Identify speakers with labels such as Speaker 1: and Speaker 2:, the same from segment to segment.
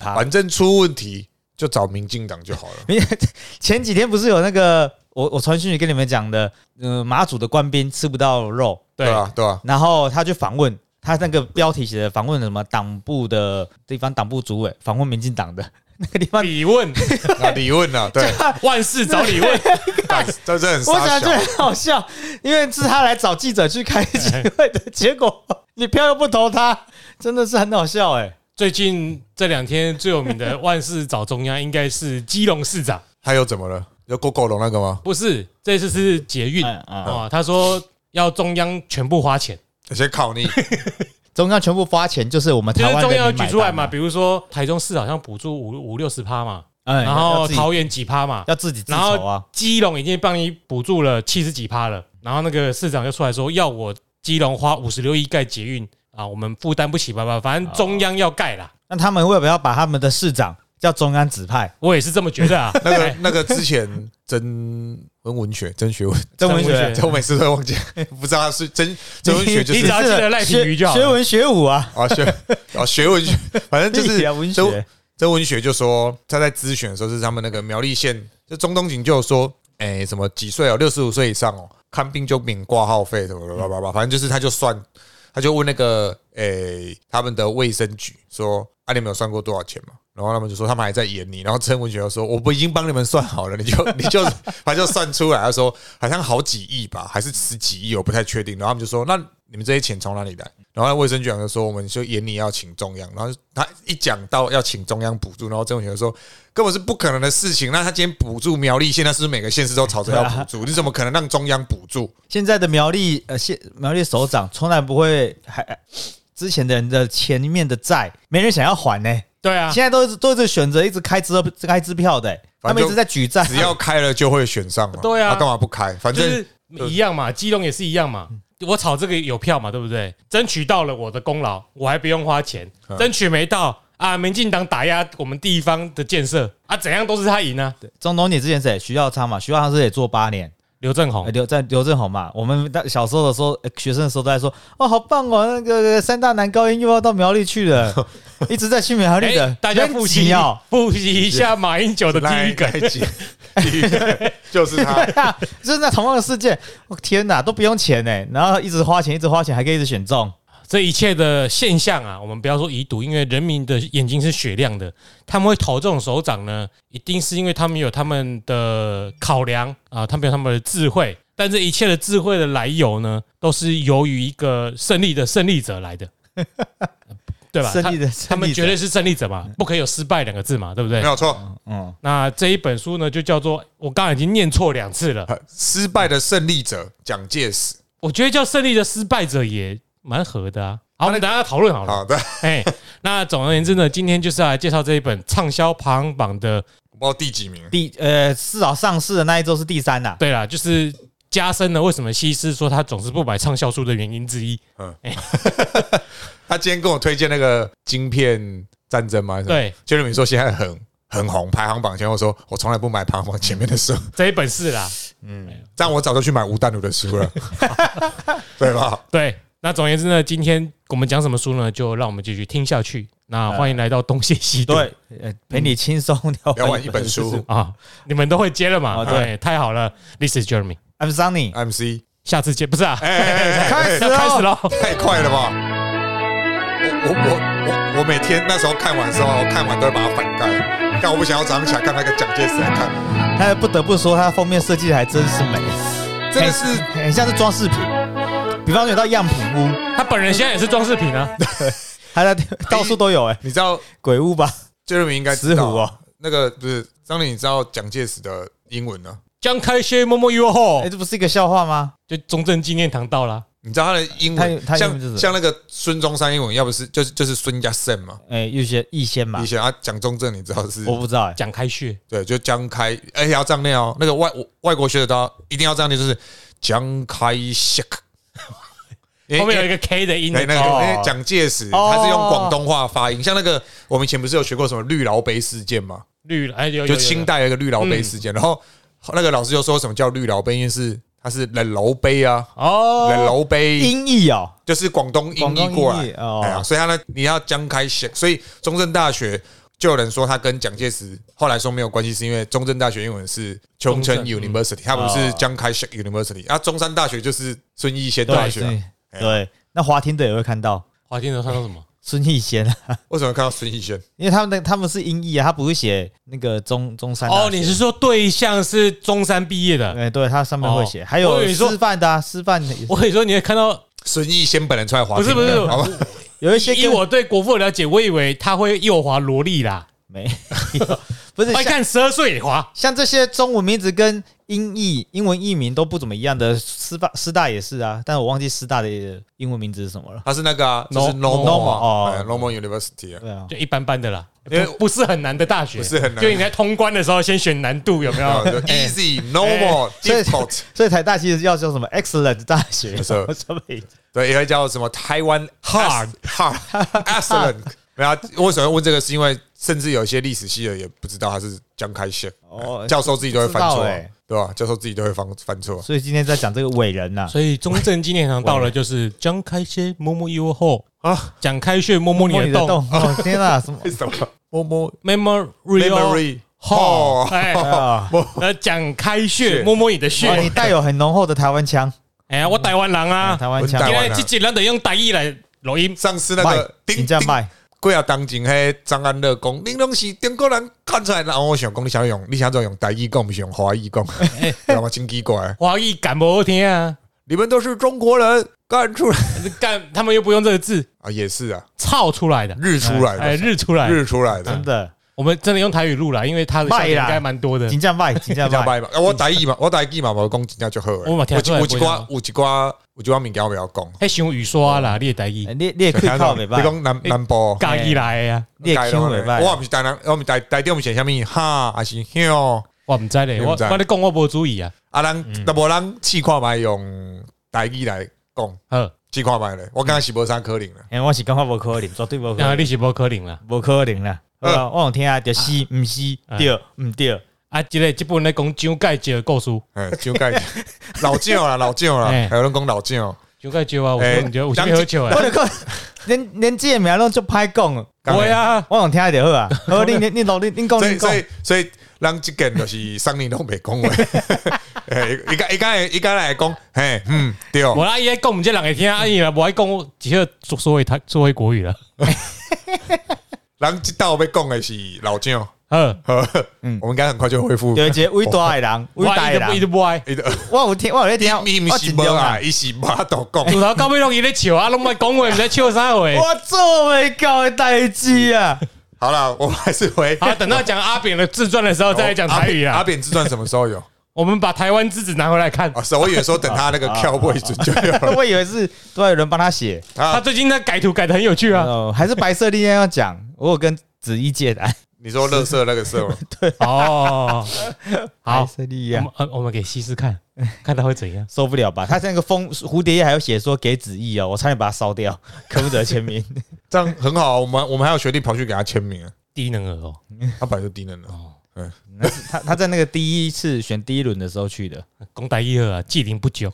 Speaker 1: 他
Speaker 2: 反正出问题就找民进党就好了。
Speaker 1: 前几天不是有那个我我传讯息跟你们讲的，呃，马祖的官兵吃不到肉，
Speaker 2: 对
Speaker 3: 对，
Speaker 2: 啊，对啊，
Speaker 1: 然后他去访问，他那个标题写的访问什么党部的地方党部主委，访问民进党的 那个地方，
Speaker 3: 理问
Speaker 2: 那理论啊，对，
Speaker 3: 万事找理问，
Speaker 2: 干这真的很
Speaker 1: 我
Speaker 2: 傻
Speaker 1: 想
Speaker 2: 小
Speaker 1: 这。很好笑，因为是他来找记者去开记者会的，结果 你票又不投他，真的是很好笑哎、
Speaker 3: 最近这两天最有名的万事找中央，应该是基隆市长，
Speaker 2: 还有怎么了？有狗狗龙那个吗？
Speaker 3: 不是这次是捷运
Speaker 1: 嗯嗯，
Speaker 3: 啊，他说要中央全部花钱，
Speaker 2: 先靠你，
Speaker 1: 中央全部发钱，就是我们
Speaker 3: 就
Speaker 1: 台
Speaker 3: 是
Speaker 1: 湾
Speaker 3: 中
Speaker 1: 人
Speaker 3: 央要
Speaker 1: 民
Speaker 3: 举
Speaker 1: 买
Speaker 3: 出来
Speaker 1: 单
Speaker 3: 嘛，，比如说台中市好像补助五五六十趴嘛，
Speaker 1: 嗯，
Speaker 3: 然后
Speaker 1: 要自己
Speaker 3: 桃园几趴嘛，
Speaker 1: 要自己自
Speaker 3: 然后
Speaker 1: 筹啊，
Speaker 3: 基隆已经帮你补助了七十几趴了，然后那个市长就出来说要我基隆花五十六亿盖捷运啊，我们负担不起吧吧，反
Speaker 1: 哦
Speaker 3: 正中央要盖啦，
Speaker 1: 那他们会不会要把他们的市长叫中央指派？
Speaker 3: 我也是这么觉 得啊。
Speaker 2: 那 个那个之前曾曾文学曾学文，
Speaker 1: 曾文
Speaker 3: 文
Speaker 1: 学
Speaker 3: 学。
Speaker 2: 我每次都会忘记，不知道他是曾曾文学就
Speaker 3: 你
Speaker 2: 是
Speaker 3: 只要记得赖品妤就好了
Speaker 1: 学文学武啊，
Speaker 2: 啊学啊学文学，反正就是
Speaker 1: 历史啊文
Speaker 2: 曾
Speaker 1: 学。
Speaker 2: 曾文学就说他在咨询的时候是他们那个苗栗县，就中东警就有说，哎，什么几岁哦，六十五岁以上哦，看病就免挂号费什么的，叭叭叭，反正就是他就算，他就问那个哎他们的卫生局说，啊你们有算过多少钱吗？然后他们就说他们还在演你，然后曾文学就说我不已经帮你们算好了，你就 你就他就算出来，他说好像好几亿吧，还是十几亿，我不太确定。然后他们就说那你们这些钱从哪里来？然后卫生局长就说我们就演你要请中央，然后他一讲到要请中央补助，然后曾文学就说根本是不可能的事情。那他今天补助苗栗，现在是不是每个县市都吵着要补助？你怎么可能让中央补助？
Speaker 1: 现在的苗栗呃，县苗栗首长从来不会还呃之前的人的前面的债，没人想要还呢、
Speaker 3: 对啊，
Speaker 1: 现在都是都是选择一直开支开支票的、他
Speaker 2: 反正就
Speaker 1: 们一直在举债。
Speaker 2: 只 要开了就会选上嘛。
Speaker 3: 对啊
Speaker 2: 他干嘛不开？反
Speaker 3: 就
Speaker 2: 正嗯
Speaker 3: 是一样嘛，基隆也是一样嘛。我炒这个有票嘛，对不对？争取到了我的功劳，我还不用花钱
Speaker 2: 嗯；
Speaker 3: 争取没到啊，民进党打压我们地方的建设啊，怎样都是他赢啊。
Speaker 1: 中东你之前谁？徐耀昌嘛，徐耀昌是也做八年，
Speaker 3: 刘正
Speaker 1: 呃
Speaker 2: 哎
Speaker 3: 宏，
Speaker 1: 刘在刘正宏嘛。我们当小时候的时候，呃学生的时候都在说，哦，好棒哦，那个三大男高音又要到苗栗去 了，一直在去苗栗的
Speaker 3: 哎，大家复习
Speaker 1: 哦。
Speaker 3: 复习一下马英九的第一梗
Speaker 2: 那，一集，第一个 就是他。
Speaker 1: 啊， 就是那同样的事件，我天哪，都不用钱呢，然后一直花钱，一直花钱，还可以一直选中。
Speaker 3: 这一切的现象啊，我们不要说遗毒，因为人民的眼睛是雪亮的，他们会投这种首长呢，一定是因为他们有他们的考量啊，他们有他们的智慧。但这一切的智慧的来由呢，都是由于一个胜利的胜利者来的， 对吧？
Speaker 1: 胜利的
Speaker 3: 他他
Speaker 1: 胜利
Speaker 3: 们
Speaker 1: 者
Speaker 3: 绝对是胜利者嘛，不可以有失败两个字嘛，对不对
Speaker 2: 没？有错，
Speaker 1: 嗯，
Speaker 3: 那这一本书呢，就叫做我刚刚已经念错两次了，
Speaker 2: 呃失败的胜利者蒋介石。
Speaker 3: 我觉得叫胜利的失败者也蛮合的啊。好，我们等一下讨论好了。
Speaker 2: 好的，
Speaker 3: 哎，那总而言之呢，今天就是要来介绍这一本畅销排行榜的。
Speaker 2: 我不知道第几名。
Speaker 1: 第呃，至少上市的那一周是第三呐、
Speaker 3: 对啦，就是加深了为什么西施说他总是不买畅销书的原因之一。
Speaker 2: 他今天跟我推荐那个《晶片战争》吗？还是什么，
Speaker 3: 对，
Speaker 2: 杰瑞米说现在很很红，排行榜前。我说我从来不买排行榜前面的书，
Speaker 3: 这一本是啦，
Speaker 2: 这样我早就去买吴淡如的书 了，对吧？
Speaker 3: 对。那总而言之呢，今天我们讲什么书呢？就让我们继续听下去。那欢迎来到东邪西毒。
Speaker 1: 对，
Speaker 2: 嗯
Speaker 1: 呃，陪你轻松聊
Speaker 2: 聊完一本 书。
Speaker 3: 啊，你们都会接了嘛？
Speaker 2: 啊
Speaker 1: 哦对
Speaker 3: 哎太好了，This is Jeremy，
Speaker 1: I'm Sunny，
Speaker 2: ，MC，
Speaker 3: 下次见，不是啊，
Speaker 2: 哎哎哎
Speaker 1: 开始
Speaker 3: 要开始
Speaker 1: 喽。
Speaker 3: 喽。
Speaker 2: 太快了吧！我我我我我每天那时候看完的时候，我看完都会把它反盖。但我不想要早上起来看那个蒋介石来看，
Speaker 1: 他不得不说，他封面设计的还真是美，
Speaker 2: 真的是
Speaker 1: 很很像是装饰品。比方说有到样品屋，
Speaker 3: 他本人现在也是装饰品啊，
Speaker 1: 他在到处都有哎、
Speaker 2: 你知道
Speaker 1: 鬼屋吧？
Speaker 2: 杰瑞米应该知
Speaker 1: 石
Speaker 2: 道
Speaker 1: 虎哦
Speaker 2: 那个不是张林，你知道蒋介石的英文呢？
Speaker 3: 江开轩摸摸 U
Speaker 1: 哎、
Speaker 3: 后，
Speaker 1: 这不是一个笑话吗？
Speaker 3: 就中正纪念堂到啦。
Speaker 2: 你知道他的英文，
Speaker 1: 他他英文是什么
Speaker 2: 像像那个孙中山英文，要不是就是就是孙家胜嘛，
Speaker 1: 哎、玉仙逸仙嘛
Speaker 2: 以，前啊蒋中正你知道是，
Speaker 1: 我不知道哎、
Speaker 3: 蒋开穴，
Speaker 2: 对，就江开，而且要这样念哦，那个外外国学的都要一定要这样念，就是江开 谢克，
Speaker 3: 后面有一
Speaker 2: 个。
Speaker 3: 个 K 的音
Speaker 2: 对，哎那个
Speaker 3: 哦
Speaker 2: 那个蒋介石，
Speaker 1: 哦
Speaker 2: 他是用广东话发音，像那个我们以前不是有学过什么绿老杯事件嘛？
Speaker 3: 绿了，哎，有有
Speaker 2: 就
Speaker 3: 有
Speaker 2: 清代有一个绿老杯事件，然后那个老师就说什么叫绿老杯，因为是它是冷楼杯啊，冷
Speaker 3: 哦，
Speaker 2: 楼杯
Speaker 1: 音译哦，
Speaker 2: 就是广东音
Speaker 1: 广
Speaker 2: 译
Speaker 1: 东
Speaker 2: 过
Speaker 1: 音
Speaker 2: 来哎
Speaker 1: 译，哦
Speaker 2: 哎呀，所以他呢，你要将开写，所以中正大学就有人说他跟蒋介石后来说没有关系，是因为中正大学英文是琼城
Speaker 3: 中正
Speaker 2: University，它不是江开 University，啊，中山大学就是孙逸仙大学啊、
Speaker 1: 对
Speaker 2: 哎呀
Speaker 1: 对，那华庭的也会看到
Speaker 3: 华天德看到什么？
Speaker 1: 孙逸仙啊，
Speaker 2: 为什么看到孙逸仙？
Speaker 1: 因为他们那他们是音译啊，他不是写那个中中山大学
Speaker 3: 哦，你是说对象是中山毕业的？
Speaker 1: 哎，对，它上面会写，
Speaker 3: 哦
Speaker 1: 还
Speaker 3: 我以
Speaker 1: 有
Speaker 3: 为说
Speaker 1: 师范的啊，师范的也是
Speaker 3: 我跟你说，你会看到
Speaker 2: 孙逸仙本人出来滑
Speaker 3: 不是
Speaker 2: 冰
Speaker 3: 不
Speaker 2: 的，
Speaker 3: 是，
Speaker 2: 好吧？
Speaker 1: 有一些
Speaker 3: 以
Speaker 1: 跟
Speaker 3: 我对国父的了解，我以为他会右滑萝莉啦，
Speaker 1: 没 有，不是
Speaker 2: 哦
Speaker 1: 像
Speaker 3: 快看十二岁也滑，
Speaker 1: 像这些中文名字跟音译、英文译名都不怎么一样的，师大师大也是啊，但我忘记师大的英文名字是什么了。
Speaker 2: 他是那个啊，就是
Speaker 3: No-
Speaker 2: Normal 啊
Speaker 1: 哦
Speaker 2: 哎 Normal University 啊。
Speaker 1: 对啊，
Speaker 3: 就一般般的啦，
Speaker 2: 因为
Speaker 3: 不不是很难的大学，
Speaker 2: 不是很难
Speaker 3: 就你在通关的时候先选难度有没
Speaker 2: 啊
Speaker 3: 有？
Speaker 2: 就 Easy Normal
Speaker 1: 所以
Speaker 2: Difficult，
Speaker 1: 所以台大其实要叫什么 excellent 大学，
Speaker 2: 没
Speaker 1: 什
Speaker 2: 错
Speaker 1: 么什么名字
Speaker 2: 对，也会叫什么台湾
Speaker 3: Hard
Speaker 2: Hard Excellent。然后为什么问这个？是因为甚至有些历史系的也不知道他是江开宪，
Speaker 1: 哦
Speaker 2: 教授自己都会犯错
Speaker 1: 不知道
Speaker 2: 啊
Speaker 1: 欸，
Speaker 2: 对吧？教授自己都会犯犯错。啊
Speaker 1: 所以今天在讲这个伟人啊呐、
Speaker 3: 所以中正纪念堂到了，就是张开些摸摸 you 后啊，蒋开穴摸摸
Speaker 1: 摸
Speaker 3: 你
Speaker 1: 你
Speaker 3: 的
Speaker 1: 的
Speaker 3: 洞
Speaker 1: 洞，哦天啊，什么
Speaker 2: 为什么？摸摸
Speaker 3: ，memory
Speaker 2: memory 哦
Speaker 3: hole，
Speaker 2: hole，
Speaker 3: 哎，
Speaker 1: 啊？
Speaker 3: 呃，蒋开穴
Speaker 2: 穴
Speaker 3: 摸摸你的
Speaker 1: 哇，
Speaker 3: 穴
Speaker 1: 你，带有很浓厚的台湾腔
Speaker 3: 哎呀，我台湾人
Speaker 1: 啊，
Speaker 3: 啊，
Speaker 1: 台湾
Speaker 2: 台
Speaker 1: 腔
Speaker 3: 今
Speaker 2: 湾，
Speaker 3: 天这几人得用台语来录音，
Speaker 2: 上次那
Speaker 1: 卖
Speaker 2: 个
Speaker 1: 请
Speaker 2: 叮
Speaker 1: 价
Speaker 2: 叮
Speaker 1: 卖，
Speaker 2: 贵啊，当前迄张安乐讲，恁拢是中国人看出来，然后我想讲，你想要用，你想要用台语讲，不是用华语讲， 知道吗？真奇怪，
Speaker 3: 华语敢不好听啊，
Speaker 2: 你们都是中国人干出来
Speaker 3: 干他们又不用这个字，
Speaker 2: 啊，也是啊，
Speaker 3: 操出来的，
Speaker 2: 日出来的，
Speaker 3: 哎，日出来，
Speaker 2: 日出来的
Speaker 1: 真，的
Speaker 3: 我们真的用台语录啦，因为他的笑点应该蛮多的。
Speaker 1: 请价卖，请价
Speaker 2: 真正
Speaker 1: 卖，
Speaker 2: 歹嘛，啊我台语嘛，我台语嘛，无讲真正就好诶。
Speaker 3: 我嘛听
Speaker 2: 有
Speaker 3: 得出来
Speaker 2: 一有一
Speaker 3: 不一样
Speaker 2: 寡有一寡有一寡物件我袂晓讲，
Speaker 3: 还想雨刷啦，你的台语
Speaker 1: 哎你你也可以靠北
Speaker 2: 你
Speaker 1: 吧，
Speaker 2: 讲南南部，
Speaker 3: 咖喱来的啊，
Speaker 1: 你也 Q 北吧。
Speaker 2: 我毋是台南，我毋是台台中，毋是啥物哈，还是向
Speaker 3: 我唔知咧，
Speaker 2: 你
Speaker 3: 我
Speaker 2: 不知
Speaker 3: 我咧讲我无注意啊。
Speaker 2: 啊，咱都无咱试看觅用台语来讲，
Speaker 3: 好，
Speaker 2: 试看觅咧，我感觉是无啥可能 啦。
Speaker 1: 哎、我是感觉无可能，绝对无可
Speaker 3: 然后
Speaker 1: 能，
Speaker 3: 你是无可能啦。
Speaker 1: 无可能啦。好
Speaker 2: 呃
Speaker 1: 吧，我有听啊，就是毋是
Speaker 3: 啊
Speaker 1: 对毋对，
Speaker 3: 啊，即个即本咧讲蒋介石的故事，
Speaker 2: 哎，就该老将啦，老将啦，
Speaker 3: 哎
Speaker 2: 还有人讲老将，
Speaker 3: 蒋介石啊，有
Speaker 2: 哎
Speaker 3: 时候你觉得有啥物好笑啊
Speaker 1: 我
Speaker 3: 诶？
Speaker 1: 就讲 连连这个名拢足歹讲，
Speaker 3: 对啊，
Speaker 1: 我有听就好啊。好，你你你老你你讲
Speaker 2: 所
Speaker 1: 你
Speaker 2: 以所
Speaker 1: 讲
Speaker 2: 以，所以，咱即件就是三年拢袂讲话。哎，伊家伊家伊家来讲，嘿，嗯，对，
Speaker 3: 无啦，伊咧讲毋即人会听，啊伊若无爱讲，我只好说说会台说会国语啦。
Speaker 2: 咱即道要讲的是老将，
Speaker 3: 好，
Speaker 2: 呵
Speaker 1: 嗯
Speaker 2: 我们应该很快就会恢复。哦
Speaker 1: 有一个伟大的人，伟大的
Speaker 3: 伊都
Speaker 1: 人，
Speaker 3: 无爱，
Speaker 2: 伊的
Speaker 1: 我有听，我有在听，
Speaker 2: 伊毋
Speaker 1: 我
Speaker 2: 是
Speaker 1: 尽
Speaker 2: 无
Speaker 1: 量
Speaker 2: 啊，
Speaker 1: 啊。
Speaker 2: 伊是无法度 讲。
Speaker 3: 从头到尾拢伊咧笑啊，拢莫讲话，毋知 笑啥话。
Speaker 1: 我做未到的代志啊！
Speaker 2: 好了，我们还是回。
Speaker 3: 好，等到讲阿扁的自传的时候再来讲台语
Speaker 2: 阿扁阿
Speaker 3: 啊。
Speaker 2: 扁自传什么时候有？
Speaker 3: 我们把台湾之子拿回来看，
Speaker 2: 啊，是我以为说等他那个跳位置就有了。
Speaker 1: 我以为是都有人帮他写，
Speaker 3: 他
Speaker 2: 啊，
Speaker 3: 最近在改图改的很有趣 啊。
Speaker 1: 哦，还是白色力量要讲，我有跟子怡借的。
Speaker 2: 你说乐色那个色吗？
Speaker 3: 哦，好
Speaker 1: 白，色力
Speaker 2: 哎
Speaker 3: 我
Speaker 1: 量
Speaker 3: 们呃我们给西施看，看他会怎样。
Speaker 1: 受不了吧？他那个风蝴蝶叶还有写说给子毅哦，我差点把它烧掉， 可不得签名。
Speaker 2: 这样很好啊，我们我们还有学弟跑去给他签名啊，
Speaker 3: 低能儿哦，
Speaker 2: 他本来就低能了。
Speaker 1: 那是他他在那个第一次选第一轮的时候去的，
Speaker 3: 公台一二啊，纪灵不久。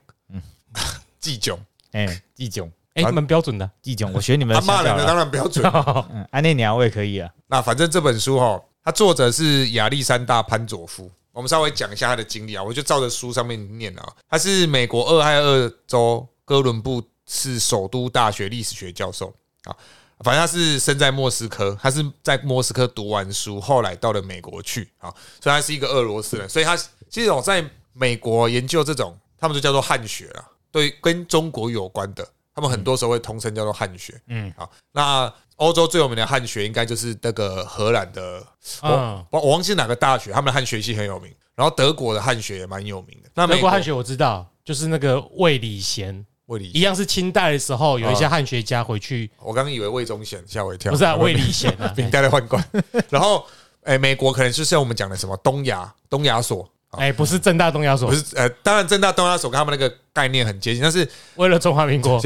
Speaker 2: 季囧，
Speaker 1: 哎、 季炯
Speaker 3: 哎，
Speaker 2: 啊
Speaker 3: 蛮标准的。
Speaker 1: 季炯，我学你们
Speaker 2: 他
Speaker 1: 的
Speaker 2: 骂
Speaker 1: 想
Speaker 2: 人
Speaker 1: 法
Speaker 2: 的
Speaker 1: 了。
Speaker 2: 当然标准。
Speaker 1: 嗯，安内鸟我也可以啊。
Speaker 2: 那反正这本书哈，它作者是亚历山大潘佐夫。我们稍微讲一下他的经历啊，我就照着书上面念啊。他是美国俄亥俄州哥伦布市首都大学历史学教授啊，反正他是生在莫斯科，他是在莫斯科读完书，后来到了美国去啊，所以他是一个俄罗斯人，所以他其实我哦在美国研究这种，他们就叫做汉学啊，对，跟中国有关的，他们很多时候会通称叫做汉学。嗯，好，那欧洲最有名的汉学应该就是那个荷兰的
Speaker 3: 嗯，
Speaker 2: 我我忘记哪个大学，他们的汉学系很有名。然后德国的汉学也蛮有名的。那
Speaker 3: 德
Speaker 2: 美
Speaker 3: 国汉学我知道，就是那个魏礼贤，
Speaker 2: 魏礼
Speaker 3: 一，样是清代的时候，有一些汉学家回去，
Speaker 2: 我刚刚以为魏忠贤，吓我一跳。
Speaker 3: 不是啊，魏礼贤啊，
Speaker 2: 饼带来宦官。 然后，哎，美国可能就是像我们讲的什么东亚东亚所，啊
Speaker 3: 哎，不是正大东亚所
Speaker 2: 不，是呃，当然正大东亚所跟他们那个概念很接近，但是
Speaker 3: 为了中华民国。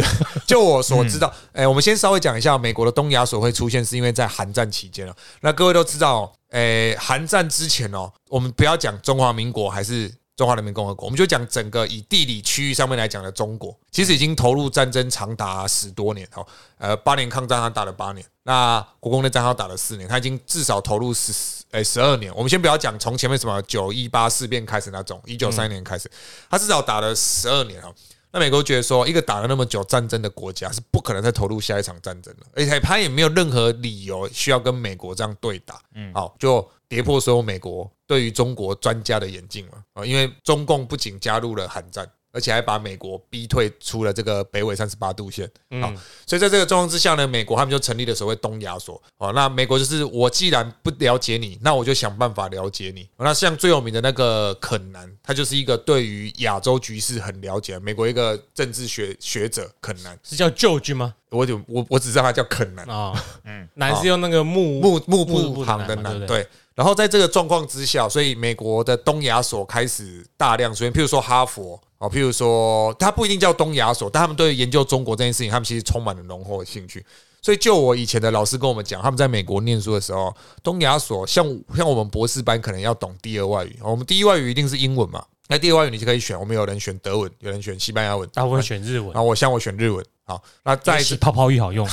Speaker 2: 就我所知道，哎、我们先稍微讲一下美国的东亚所会出现，是因为在韩战期间了。哦那各位都知道，哎、韩战之前哦，我们不要讲中华民国还是中华人民共和国，我们就讲整个以地理区域上面来讲的中国，其实已经投入战争长达十多年哦，呃，八年抗战他打了八年，那国共内战他打了四年，他已经至少投入十呃十二年。我们先不要讲从前面什么九一八事变开始那种，一九三年开始，他至少打了十二年哦。那美国觉得说，一个打了那么久战争的国家是不可能再投入下一场战争了，而且他也没有任何理由需要跟美国这样对打。嗯，好，就跌破所有美国对于中国专家的眼镜了啊！因为中共不仅加入了韩战，而且还把美国逼退出了这个北纬三十八度线。好，所以在这个状况之下呢，美国他们就成立了所谓东亚所。哦，那美国就是我既然不了解你，那我就想办法了解你。哦那像最有名的那个肯南，他就是一个对于亚洲局势很了解，美国一个政治学学者肯南。
Speaker 3: 是叫 George 吗？
Speaker 2: 我就我我只知道他叫肯南，
Speaker 3: 啊，男是用那个木
Speaker 2: 木木
Speaker 3: 木
Speaker 2: 部旁的
Speaker 3: 嘛
Speaker 2: 南
Speaker 3: 对不对
Speaker 2: 对。然后在这个状况之下，所以美国的东亚所开始大量出现，譬如说哈佛哦，譬如说它不一定叫东亚所，但他们对于研究中国这件事情，他们其实充满了浓厚的兴趣。所以，就我以前的老师跟我们讲，他们在美国念书的时候，东亚所像像我们博士班可能要懂第二外语，哦我们第一外语一定是英文嘛，那第二外语你就可以选，我们有人选德文，有人选西班牙文，
Speaker 3: 大部分选日文
Speaker 2: 然，后我像我选日文，好，那
Speaker 3: 在
Speaker 2: 啊再
Speaker 3: 洗泡泡浴好用。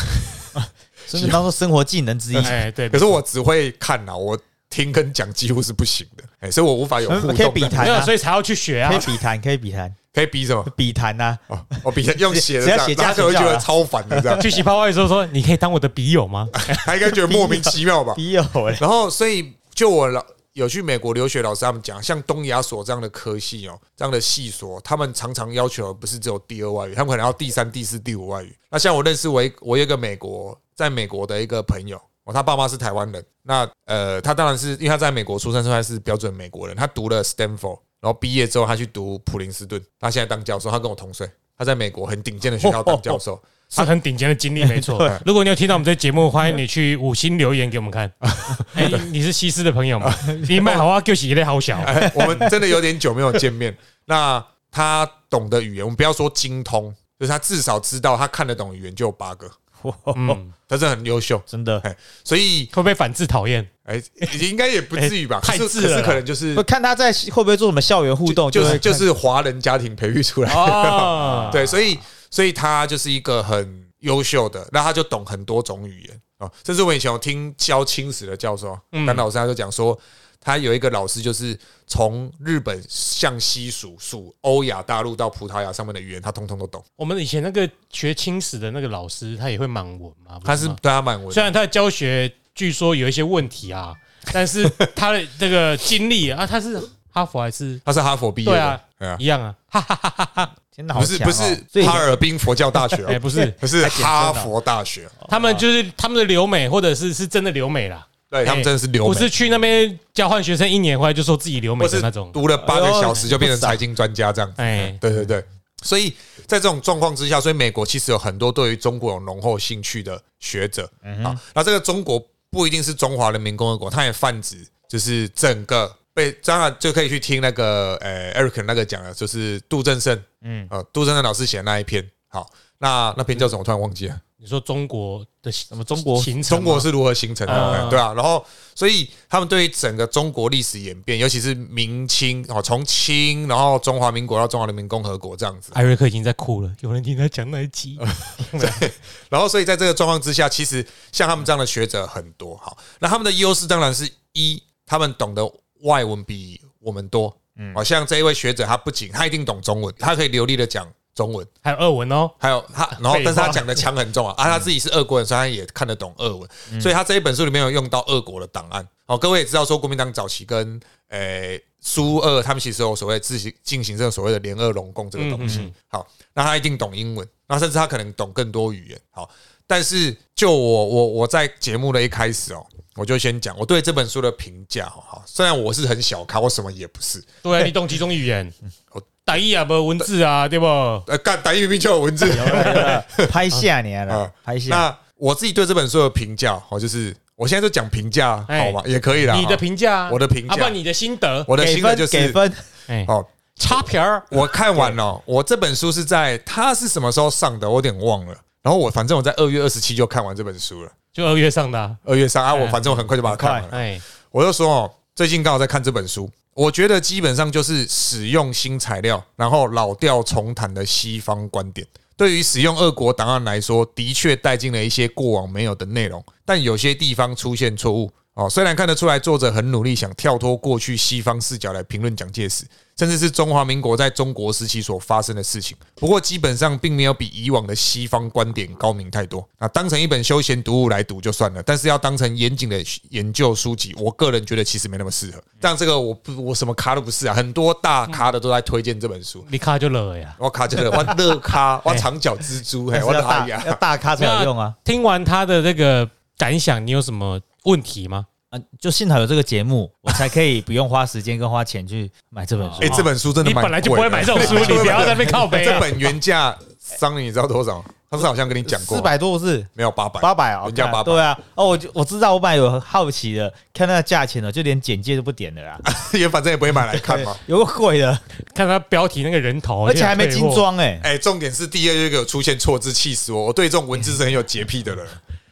Speaker 1: 真的当做生活技能之一。
Speaker 3: 哎，对，
Speaker 2: 可是我只会看啦，我听跟讲几乎是不行的，哎、所以我无法有互动
Speaker 1: 可以比
Speaker 2: 的，
Speaker 1: 谈
Speaker 3: 没有，
Speaker 1: 啊，
Speaker 3: 所以才要去学啊
Speaker 1: 可以。比谈，可以比谈，
Speaker 2: 可以比什么？
Speaker 1: 比谈啊呐。
Speaker 2: 哦，我 比用写的
Speaker 1: 只
Speaker 2: 这
Speaker 1: 要
Speaker 2: 样，
Speaker 1: 写
Speaker 2: 大
Speaker 1: 加
Speaker 2: 家会
Speaker 1: 减
Speaker 2: 觉
Speaker 1: 就好
Speaker 2: 得
Speaker 1: 了
Speaker 2: 超烦的这 样，
Speaker 3: 去洗泡泡浴的时候说，你可以当我的笔友吗？
Speaker 2: 他应该觉得莫名其妙吧？
Speaker 1: 笔友嘞，
Speaker 2: 欸然后，所以就我老有去美国留学，老师他们讲，像东亚所这样的科系哦，这样的系所，他们常常要求的不是只有第二外语，他们可能要第三、第四、第五外语。那像我认识我一我有一个美国在美国的一个朋友。哦，他爸妈是台湾人，那呃，他当然是因为他在美国出生，所以他是标准美国人。他读了 Stanford，然后毕业之后他去读普林斯顿，他现在当教授，他跟我同岁，他在美国很顶尖的学校当教授。
Speaker 3: 是很顶尖的经历，没错
Speaker 1: 对。
Speaker 3: 如果你有听到我们这节目，欢迎你去五星留言给我们看。哎，你是西施的朋友吗？你买好啊，就洗一类好小。
Speaker 2: 哎， 我们真的有点久没有见面。那他懂的语言，我们不要说精通，就是他至少知道他看得懂语言就有八个，
Speaker 3: 嗯，
Speaker 2: 他真的很优秀。
Speaker 1: 真的。
Speaker 2: 哎，所以
Speaker 3: 会不会反字讨厌？
Speaker 2: 哎，应该也不至于吧？
Speaker 3: 哎太
Speaker 2: 可
Speaker 3: 自
Speaker 2: 是
Speaker 3: 了
Speaker 2: 可
Speaker 3: 啦
Speaker 2: 是可能就是
Speaker 1: 不看他在会不会做什么校园互动，
Speaker 2: 就
Speaker 1: 会
Speaker 2: 是
Speaker 1: 看
Speaker 2: 就是华人家庭培育出来的。
Speaker 3: 哦
Speaker 2: 对，所以所以他就是一个很优秀的，那他就懂很多种语言啊、哦。甚至我以前有听教青史的教授
Speaker 3: 嗯
Speaker 2: 甘老师，他就讲说，他有一个老师就是从日本向西数数欧亚大陆到葡萄牙上面的语言，他通通都懂。
Speaker 3: 我们以前那个学清史的那个老师，他也会满文嘛。
Speaker 2: 他是
Speaker 3: 不吗
Speaker 2: 对他蛮文
Speaker 3: 虽，然他的教学据说有一些问题啊，但是他的这个经历啊，他是哈佛还是
Speaker 2: 他是哈佛毕业
Speaker 3: 对
Speaker 2: 的
Speaker 3: 啊，
Speaker 2: 对啊，
Speaker 3: 一样啊？哈，
Speaker 1: 天哪，好
Speaker 2: 不是
Speaker 1: 强
Speaker 2: 不
Speaker 1: 哦所
Speaker 2: 是
Speaker 1: 以
Speaker 2: 哈尔滨佛教大学
Speaker 3: 哎，
Speaker 2: 哦，
Speaker 3: 不是，
Speaker 2: 可是
Speaker 1: 还简称哦
Speaker 2: 哈佛大学，
Speaker 3: 他们就是他们的留美，或者是是真的留美啦，
Speaker 2: 对他们真的是留
Speaker 3: 不是
Speaker 2: 美。
Speaker 3: 去那边交换学生一年回来就说自己留美
Speaker 2: 或
Speaker 3: 的
Speaker 2: 是
Speaker 3: 那种。
Speaker 2: 读了八个
Speaker 1: 哎呦
Speaker 2: 小时就变成
Speaker 1: 不少
Speaker 2: 财经专家这样子，
Speaker 3: 哎，
Speaker 2: 对对对，所以在这种状况之下，所以美国其实有很多对于中国有浓厚兴趣的学者
Speaker 1: 嗯
Speaker 2: 啊。那这个中国不一定是中华人民共和国，它也泛指就是整个被，当然就可以去听那个呃 Eric 那个讲的，就是杜正胜，嗯
Speaker 1: 嗯，
Speaker 2: 呃，杜正胜老师写的那一篇，好。那那篇叫什么？我突然忘记了。
Speaker 3: 你说中国的什
Speaker 1: 么中国
Speaker 3: 形成
Speaker 2: 中
Speaker 3: 吗？
Speaker 2: 国是如何形成的？
Speaker 3: 啊
Speaker 2: 嗯对啊，然后所以他们对于整个中国历史演变，尤其是明清哦，从清，然后中华民国到中华人民共和国这 样子，
Speaker 3: 艾瑞克已经在哭了，有人听他讲那一集。
Speaker 2: 呃然后，所以在这个状况之下，其实像他们这样的学者很多。好，那他们的优势当然是一，他们懂得外文比我们多。嗯，好像这一位学者，他不仅他一定懂中文，他可以流利的讲中文，
Speaker 3: 还有二文哦，
Speaker 2: 还有他，然后
Speaker 3: 废话
Speaker 2: 但是他讲的腔很重啊，啊，他自己是俄国人，所以他也看得懂俄文，
Speaker 3: 嗯
Speaker 2: 所以他这一本书里面有用到俄国的档案。哦，各位也知道说，国民党早期跟诶苏俄他们其实有所谓自行进行这个所谓的联俄融共这个
Speaker 3: 嗯
Speaker 2: 东西。好，那他一定懂英文，那甚至他可能懂更多语言。好，但是就我我我在节目的一开始哦，我就先讲我对这本书的评价哦。好，虽然我是很小咖，我什么也不是，
Speaker 3: 对啊，你懂几种语 言
Speaker 2: 嗯我？
Speaker 3: 打意啊，不文字啊，对不？
Speaker 2: 呃，干打一明明就有文字。
Speaker 1: 拍下你了
Speaker 2: 啊，
Speaker 1: 拍下。
Speaker 2: 那我自己对这本书的评价，哦，就是我现在就讲评价
Speaker 3: 哎
Speaker 2: 好吗？也可以啦。
Speaker 3: 你的
Speaker 2: 哦
Speaker 3: 评价啊，
Speaker 2: 我的评价
Speaker 3: 啊，不然你的心得，
Speaker 2: 我的
Speaker 1: 给
Speaker 2: 心得
Speaker 1: 分
Speaker 2: 就
Speaker 1: 给
Speaker 2: 是
Speaker 1: 分，
Speaker 3: 哎，
Speaker 2: 哦，
Speaker 3: 插片儿，
Speaker 2: 我看完了，我这本书是在它是什么时候上的，我有点忘了。然后我反正我在二月二十七就看完这本书了，
Speaker 3: 就二月上的啊，
Speaker 2: 二月三啊，我
Speaker 3: 哎
Speaker 2: 反正我很快就把它看完了。
Speaker 3: 哎，
Speaker 2: 我就说哦，最近刚好在看这本书，我觉得基本上就是使用新材料，然后老调重弹的西方观点。对于使用俄国档案来说，的确带进了一些过往没有的内容，但有些地方出现错误。哦，虽然看得出来作者很努力想跳脱过去西方视角来评论蒋介石，甚至是中华民国在中国时期所发生的事情，不过基本上并没有比以往的西方观点高明太多。那当成一本休闲读物来读就算了，但是要当成严谨的研究书籍，我个人觉得其实没那么适合。但这个我不，我什么咖都不是啊，很多大咖的都在推荐这本书。
Speaker 3: 你卡就了呀。
Speaker 2: 我卡这个，我乐
Speaker 3: 哎
Speaker 2: 咖，我长脚蜘蛛，嘿，
Speaker 1: 但是
Speaker 2: 我
Speaker 1: 要
Speaker 2: 的哎
Speaker 1: 大
Speaker 2: 呀，
Speaker 1: 要大咖才有用啊！
Speaker 3: 听完他的这个感想，你有什么问题吗？
Speaker 1: 啊， 就幸好有这个节目，我才可以不用花时间跟花钱去买这本书啊
Speaker 2: 哎、。这本书真的
Speaker 3: 哦你
Speaker 2: 蛮贵的，
Speaker 3: 本来就不会买这种书， 你不要在那边靠背
Speaker 2: 这
Speaker 3: 啊。
Speaker 2: 本原价，桑尼你知道多少？上次好像跟你讲过，
Speaker 1: 四百多字，
Speaker 2: 没有八百，
Speaker 1: 八百啊，
Speaker 2: 人家
Speaker 1: 看
Speaker 2: 800
Speaker 1: 对啊，哦，我就我知道，我本来有好奇的，看那个价钱了，就连简介都不点了啦，
Speaker 2: 也反正也不会买来看啊嘛。
Speaker 1: 有个贵的，
Speaker 3: 看他标题那个人头，
Speaker 1: 而且还没精装哎，
Speaker 2: 哎、重点是第二个有出现错字，气死我！我对这种文字是很有洁癖的人。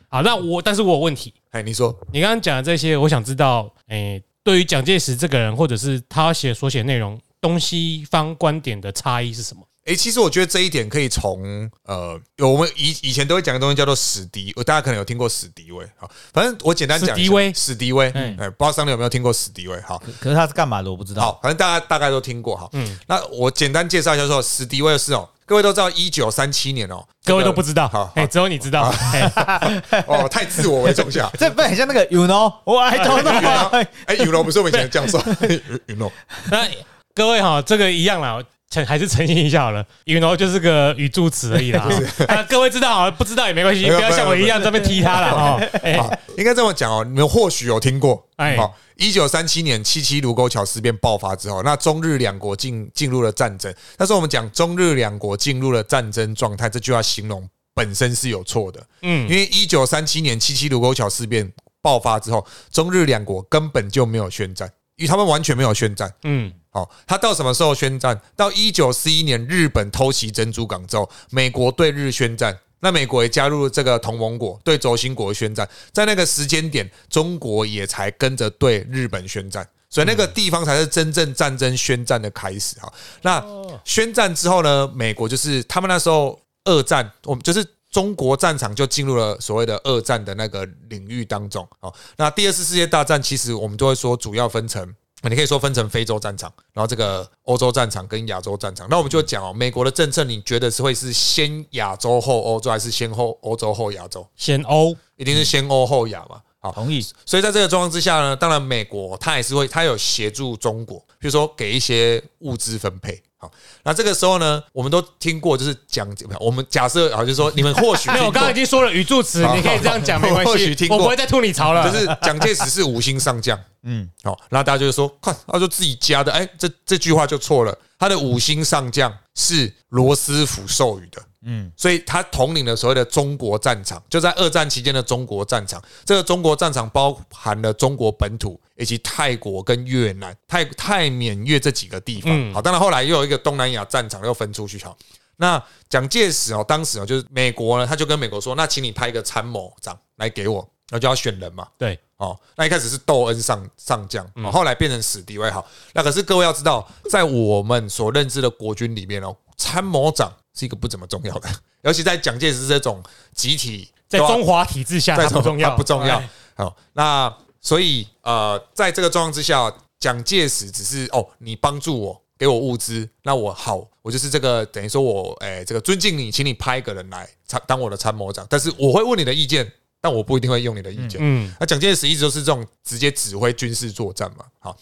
Speaker 3: 好，那我但是我有问题，
Speaker 2: 哎、你说
Speaker 3: 你刚刚讲的这些，我想知道，诶、对于蒋介石这个人，或者是他写所写内容，东西方观点的差异是什么？
Speaker 2: 哎、其实我觉得这一点可以从呃，有我们以以前都会讲的东西叫做史迪，呃大家可能有听过史迪威。好，反正我简单讲一下
Speaker 3: 史迪威
Speaker 2: 史迪威，哎、
Speaker 3: 嗯
Speaker 2: 不知道桑尼有没有听过史迪威？好，
Speaker 1: 可可是他是干嘛的我不知道。
Speaker 2: 好，反正大家大概都听过哈。嗯，那我简单介绍一下说，史迪威是哦，各位都知道，一九三七年哦，
Speaker 3: 各位都不知道
Speaker 2: 好，
Speaker 3: 哎、只有你知道，哎、
Speaker 2: 哦，太自我为中心啊。
Speaker 1: 这不很像那个 you know，我
Speaker 3: 哦
Speaker 1: I don't
Speaker 2: 云龙
Speaker 1: know，
Speaker 2: 哎，云龙不是我们以前的教授， 云龙
Speaker 3: 那各位哈，这个一样啦。澄还是澄清一下好了，you know 就是个语助词而 已啦。啊，各位知道好了，不知道也没关系，
Speaker 2: 没有
Speaker 3: 不要像我一样这边踢他了哈。哎，
Speaker 2: 啊，应该这么讲哦，你们或许有听过。
Speaker 3: 哎
Speaker 2: 好，一九三七年七七卢沟桥事变爆发之后，那中日两国进进入了战争。那时候我们讲中日两国进入了战争状态，这句话形容本身是有错的。因
Speaker 3: 嗯，
Speaker 2: 为一九三七年七七卢沟桥事变爆发之后，中日两国根本就没有宣战，因为他们完全没有宣战。
Speaker 3: 嗯，
Speaker 2: 哦，他到什么时候宣战？到一九四一年日本偷袭珍珠港之后，美国对日宣战，那美国也加入了这个同盟国，对轴心国宣战。在那个时间点，中国也才跟着对日本宣战，所以那个地方才是真正战争宣战的开始哈。那宣战之后呢，美国就是他们那时候二战，我们就是中国战场就进入了所谓的二战的那个领域当中。哦，那第二次世界大战其实我们就会说主要分成。你可以说分成非洲战场，然后这个欧洲战场跟亚洲战场。那我们就讲哦，美国的政策，你觉得是会是先亚洲后欧洲，还是先后欧洲后亚洲？
Speaker 3: 先欧，
Speaker 2: 一定是先欧后亚嘛？好，
Speaker 1: 同意，
Speaker 2: 所以在这个状况之下呢，当然美国它也是会，它有协助中国，比如说给一些物资分配。好，那这个时候呢，我们都听过，就是讲我们假设啊，就是说你们或许
Speaker 3: 没有，我
Speaker 2: 听过
Speaker 3: 刚刚已经说了语助词，
Speaker 2: 好
Speaker 3: 你可以这样讲，没关
Speaker 2: 我或许
Speaker 3: 系
Speaker 2: 听，过
Speaker 3: 我不会再吐你槽了。
Speaker 2: 就是蒋介石是五星上将，嗯，好，那大家就说，看，他就自己加的，哎，这这句话就错了，他的五星上将是罗斯福授予的，嗯，所以他统领了所谓的中国战场，就在二战期间的中国战场，这个中国战场包含了中国本土以及泰国跟越南、泰泰缅越这几个地方，好，当然后来又有一个东南亚战场又分出去，好。那蒋介石哦，当时哦，就是美国呢，他就跟美国说，那请你派一个参谋长来给我，那就要选人嘛。
Speaker 3: 对，
Speaker 2: 哦，那一开始是窦恩上上将、
Speaker 3: 嗯
Speaker 2: 哦，后来变成史迪威好。那可是各位要知道，在我们所认知的国军里面哦，参谋长是一个不怎么重要的，尤其在蒋介石这种集体
Speaker 3: 在
Speaker 2: 都要
Speaker 3: 中华体制下，它
Speaker 2: 啊在
Speaker 3: 不重要，
Speaker 2: 不重要
Speaker 3: 哎。
Speaker 2: 好，那所以呃，在这个状况之下，蒋介石只是哦，你帮助我，给我物资，那我好，我就是这个等于说我哎、这个尊敬你，请你派一个人来参当我的参谋长，但是我会问你的意见，但我不一定会用你的意见。
Speaker 3: 嗯，
Speaker 2: 那蒋介石一直都是这种直接指挥军事作战嘛。好，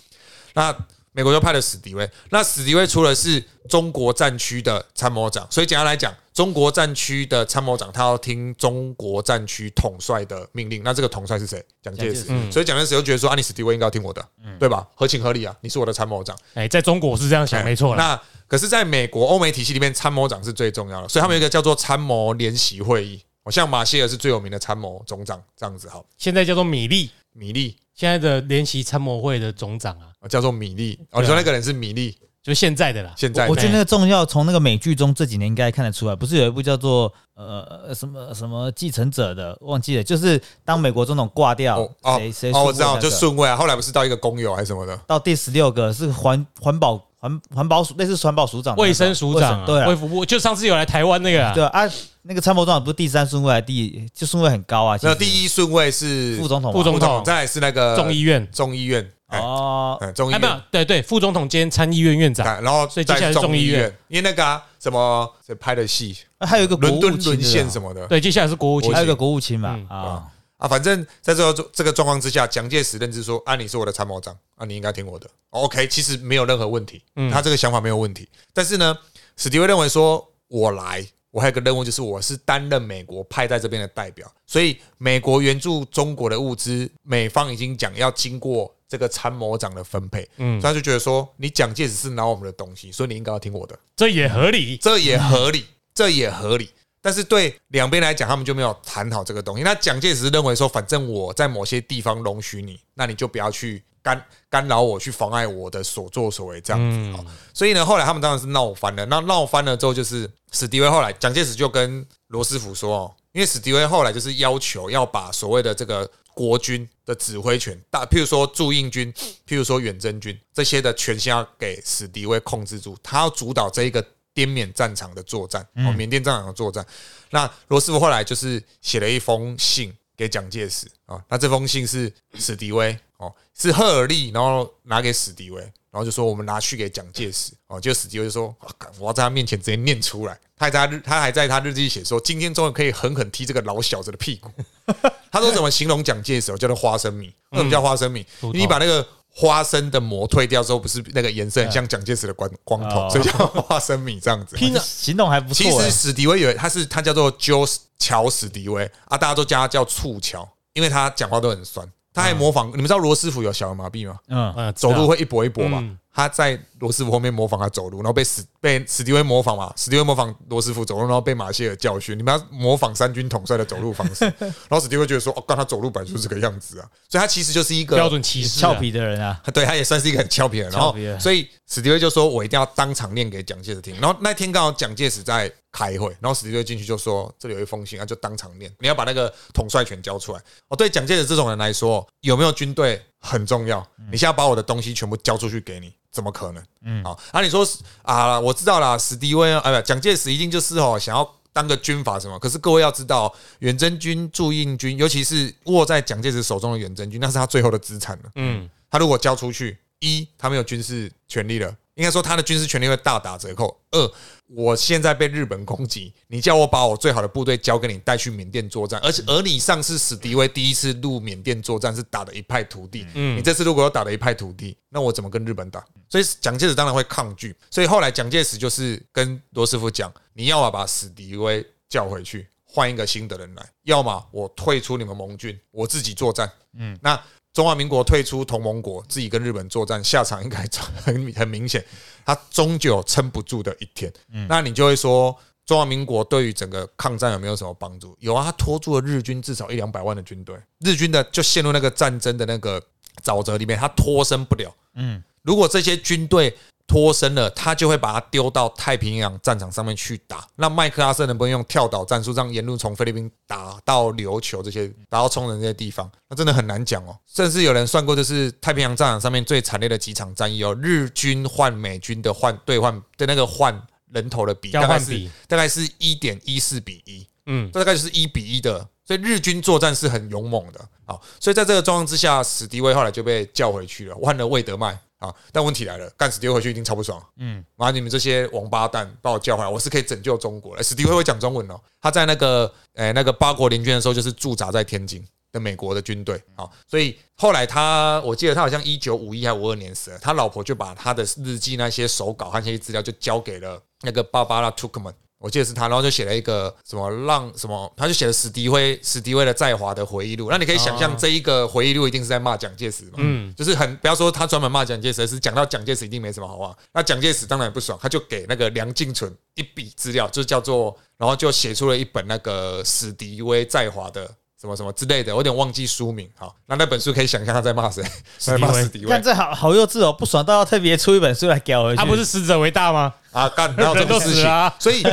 Speaker 2: 那美国就派了史迪威。那史迪威除了是中国战区的参谋长，所以简单来讲，中国战区的参谋长他要听中国战区统帅的命令。那这个统帅是谁？蒋介石
Speaker 1: 蒋。
Speaker 2: 所以蒋介石就觉得说，啊，你史迪威应该要听我的，对吧？合情合理啊，你是我的参谋长。
Speaker 3: 哎、在中国我是这样想，没错啦。
Speaker 2: 那可是，在美国欧美体系里面，参谋长是最重要的，所以他们有一个叫做参谋联席会议。哦，像马歇尔是最有名的参谋总长，这样子好，
Speaker 3: 现在叫做米利，
Speaker 2: 米利
Speaker 3: 现在的联席参谋会的总长啊，
Speaker 2: 哦叫做米利哦，你说那个人是米利
Speaker 3: 就现在的啦。
Speaker 2: 现在
Speaker 1: 我觉得
Speaker 3: 哎
Speaker 1: 那个重要，从那个美剧中这几年应该看得出来，不是有一部叫做呃什么什么继承者的，忘记了，就是当美国总统挂掉，
Speaker 2: 哦哦
Speaker 1: 谁谁
Speaker 2: 哦，我
Speaker 1: 输
Speaker 2: 知道，
Speaker 1: 那个
Speaker 2: 就顺位啊。后来不是到一个工友还是什么的，
Speaker 1: 到第十六个是环环保环环保署，类似环保署长的那个、
Speaker 3: 卫生署长、啊，
Speaker 1: 卫生对啊
Speaker 3: 卫福部，就上次有来台湾那个、啊，
Speaker 1: 对啊，那个参谋长不是第三顺位，还是第就顺位很高啊。
Speaker 2: 没有
Speaker 1: 其实
Speaker 2: 第一顺位是
Speaker 1: 副总统嘛，
Speaker 3: 副总
Speaker 2: 副
Speaker 3: 统
Speaker 2: 总，再来是那个
Speaker 3: 众议院，
Speaker 2: 众议院，哎，
Speaker 1: 哦，
Speaker 2: 哎众议
Speaker 3: 哎，没
Speaker 2: 啊院
Speaker 3: 有，，对对，副总统兼参议院院长，
Speaker 2: 哎然后
Speaker 3: 所以接下来
Speaker 2: 再
Speaker 3: 是
Speaker 2: 众
Speaker 3: 众议
Speaker 2: 议
Speaker 3: 院
Speaker 2: 院，因为那个啊什么谁拍的戏，
Speaker 1: 啊还有一个国
Speaker 2: 伦
Speaker 1: 务
Speaker 2: 敦
Speaker 1: 卿
Speaker 2: 沦陷
Speaker 1: 对吧
Speaker 2: 什么的
Speaker 3: 对，接下来是国务卿
Speaker 1: 还有一个国务卿嘛
Speaker 3: 嗯
Speaker 1: 啊，
Speaker 2: 啊，反正在这个这个状况之下，蒋介石认知说啊，你是我的参谋长啊，你应该听我的。OK，其实没有任何问题，
Speaker 3: 嗯
Speaker 2: 他这个想法没有问题。但是呢，史迪威认为说，我来，我还有个任务，就是我是担任美国派在这边的代表，所以美国援助中国的物资，美方已经讲要经过这个参谋长的分配，
Speaker 3: 嗯
Speaker 2: 嗯，所以他就觉得说，你蒋介石是拿我们的东西，所以你应该要听我的。
Speaker 3: 这也合理。
Speaker 2: 这也合理，这也合理。但是对两边来讲，他们就没有谈好这个东西。那蒋介石认为说，反正我在某些地方容许你，那你就不要去干干扰我，去妨碍我的所作所为这样子。
Speaker 3: 嗯
Speaker 2: 好所以呢，后来他们当然是闹翻了。那闹翻了之后，就是史迪威后来，蒋介石就跟罗斯福说哦，因为史迪威后来就是要求要把所谓的这个国军的指挥权，大譬如说驻印军，譬如说远征军这些的权限要给史迪威控制住，他要主导这一个滇缅战场的作战，哦，缅甸战场的作战。那罗斯福后来就是写了一封信给蒋介石啊、那这封信是史迪威哦，是赫尔利，然后拿给史迪威，然后就说我们拿去给蒋介石哦，就史迪威就说，啊干我要在他面前直接念出来，他还在他日他还在他日记写说，今天终于可以狠狠踢这个老小子的屁股。 他说怎么形容蒋介石？我哦叫他花生米，为什么叫花生米？
Speaker 3: 头
Speaker 2: 你把那个花生的膜退掉之后，不是那个颜色很像蒋介石的光光头，
Speaker 1: 哦
Speaker 2: 所以叫花生米这 样子。
Speaker 1: 这行动还不错
Speaker 2: 啊其
Speaker 1: 欸
Speaker 2: 实史迪威有他是他叫做 Joe 乔史迪威啊，大家都叫他叫醋乔，因为他讲话都很酸。他还模仿，你们知道罗斯福有小儿麻痹吗？
Speaker 1: 嗯，
Speaker 3: 嗯，
Speaker 2: 走路会一跛一跛嘛。
Speaker 3: 嗯
Speaker 2: 他在罗斯福后面模仿他走路，然后被史被史迪威模仿嘛，史迪威模仿罗斯福走路，然后被马歇尔教训，你们要模仿三军统帅的走路方式。然后史迪威觉得说，哦，刚他走路本来就是这个样子啊，所以他其实就是一个
Speaker 3: 标准歧视啊
Speaker 1: 俏皮的人啊，
Speaker 2: 对他也算是一个很俏皮的人。然
Speaker 1: 俏
Speaker 2: 后
Speaker 1: 皮的，人
Speaker 2: 所以史迪威就说：“我一定要当场念给蒋介石听。”然后那天刚好蒋介石在开会，然后史迪威进去就说：“这里有一封信，啊，就当场念，你要把那个统帅权交出来。”哦，对蒋介石这种人来说，有没有军队很重要。
Speaker 1: 嗯
Speaker 2: 你现在把我的东西全部交出去给你，怎么可能？嗯，好，啊，你说啊，我知道啦，史迪威啊，哎不，蒋介石一定就是哦，想要。当个军阀什么？可是各位要知道，远征军、驻印军，尤其是握在蒋介石手中的远征军，那是他最后的资产了。
Speaker 3: 嗯，
Speaker 2: 他如果交出去，一他没有军事权利了，应该说他的军事权利会大打折扣。二，我现在被日本攻击，你叫我把我最好的部队交给你带去缅甸作战，而且而你上次史迪威第一次入缅甸作战是打的一派涂地，
Speaker 3: 嗯
Speaker 2: 你这次如果要打的一派涂地，那我怎么跟日本打？所以蒋介石当然会抗拒，所以后来蒋介石就是跟罗斯福讲，你要么把史迪威叫回去。换一个新的人来，要么我退出你们盟军，我自己作战。嗯，那中华民国退出同盟国，自己跟日本作战，下场应该很很明显，他终究撑不住的一天。那你就会说，中华民国对于整个抗战有没有什么帮助？有啊，他拖住了日军至少一两百万的军队，日军的就陷入那个战争的那个沼泽里面，他脱身不了。
Speaker 1: 嗯，
Speaker 2: 如果这些军队脱身了，他就会把它丢到太平洋战场上面去打。那麦克阿瑟能不能用跳岛战术，让沿路从菲律宾打到琉球这些，打到冲绳这些地方？那真的很难讲哦。甚至有人算过，就是太平洋战场上面最惨烈的几场战役哦，日军换美军的换兑换的那个换人头的比，
Speaker 3: 交
Speaker 2: 大
Speaker 3: 换
Speaker 2: 概是
Speaker 3: 比
Speaker 2: 大概是一点一四比一。
Speaker 3: 嗯，
Speaker 2: 这大概就是一比一的，所以日军作战是很勇猛的。好，所以在这个状况之下，史迪威后来就被叫回去了，换了魏德迈啊。但问题来了，干史迪威回去一定超不爽。嗯，妈，你们这些王八蛋把我叫回来，我是可以拯救中国的。哎史迪威会讲中文哦，他在那个诶、那个八国联军的时候，就是驻扎在天津。的美国的军队啊，所以后来他，我记得他好像一九五一还五二年死了，他老婆就把他的日记那些手稿和那些资料就交给了那个芭芭拉·图克曼，我记得是他，然后就写了一个什么让什么，他就写了史迪威史迪威的在华的回忆录。那你可以想象这一个回忆录一定是在骂蒋介石嘛，嗯，就是很不要说他专门骂蒋介石，而是讲到蒋介石一定没什么好话。那蒋介石当然也不爽，他就给那个梁静纯一笔资料，就叫做，然后就写出了一本那个史迪威在华的。什么什么之类的，我有点忘记书名。好，那那本书可以想象他在骂谁，在
Speaker 3: 史迪
Speaker 2: 骂
Speaker 3: 威
Speaker 2: 史迪威
Speaker 1: 看这好好幼稚哦，不爽到要特别出一本书来搞回去。
Speaker 3: 他不是死者为大吗？
Speaker 2: 啊，干哪有这
Speaker 3: 人
Speaker 2: 种
Speaker 3: 都
Speaker 2: 事
Speaker 3: 死了
Speaker 2: 情
Speaker 3: 啊？
Speaker 2: 所以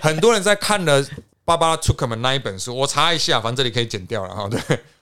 Speaker 2: 很多人在看了芭芭拉·楚克曼那一本书，我查一下，反正这里可以剪掉了哈。对，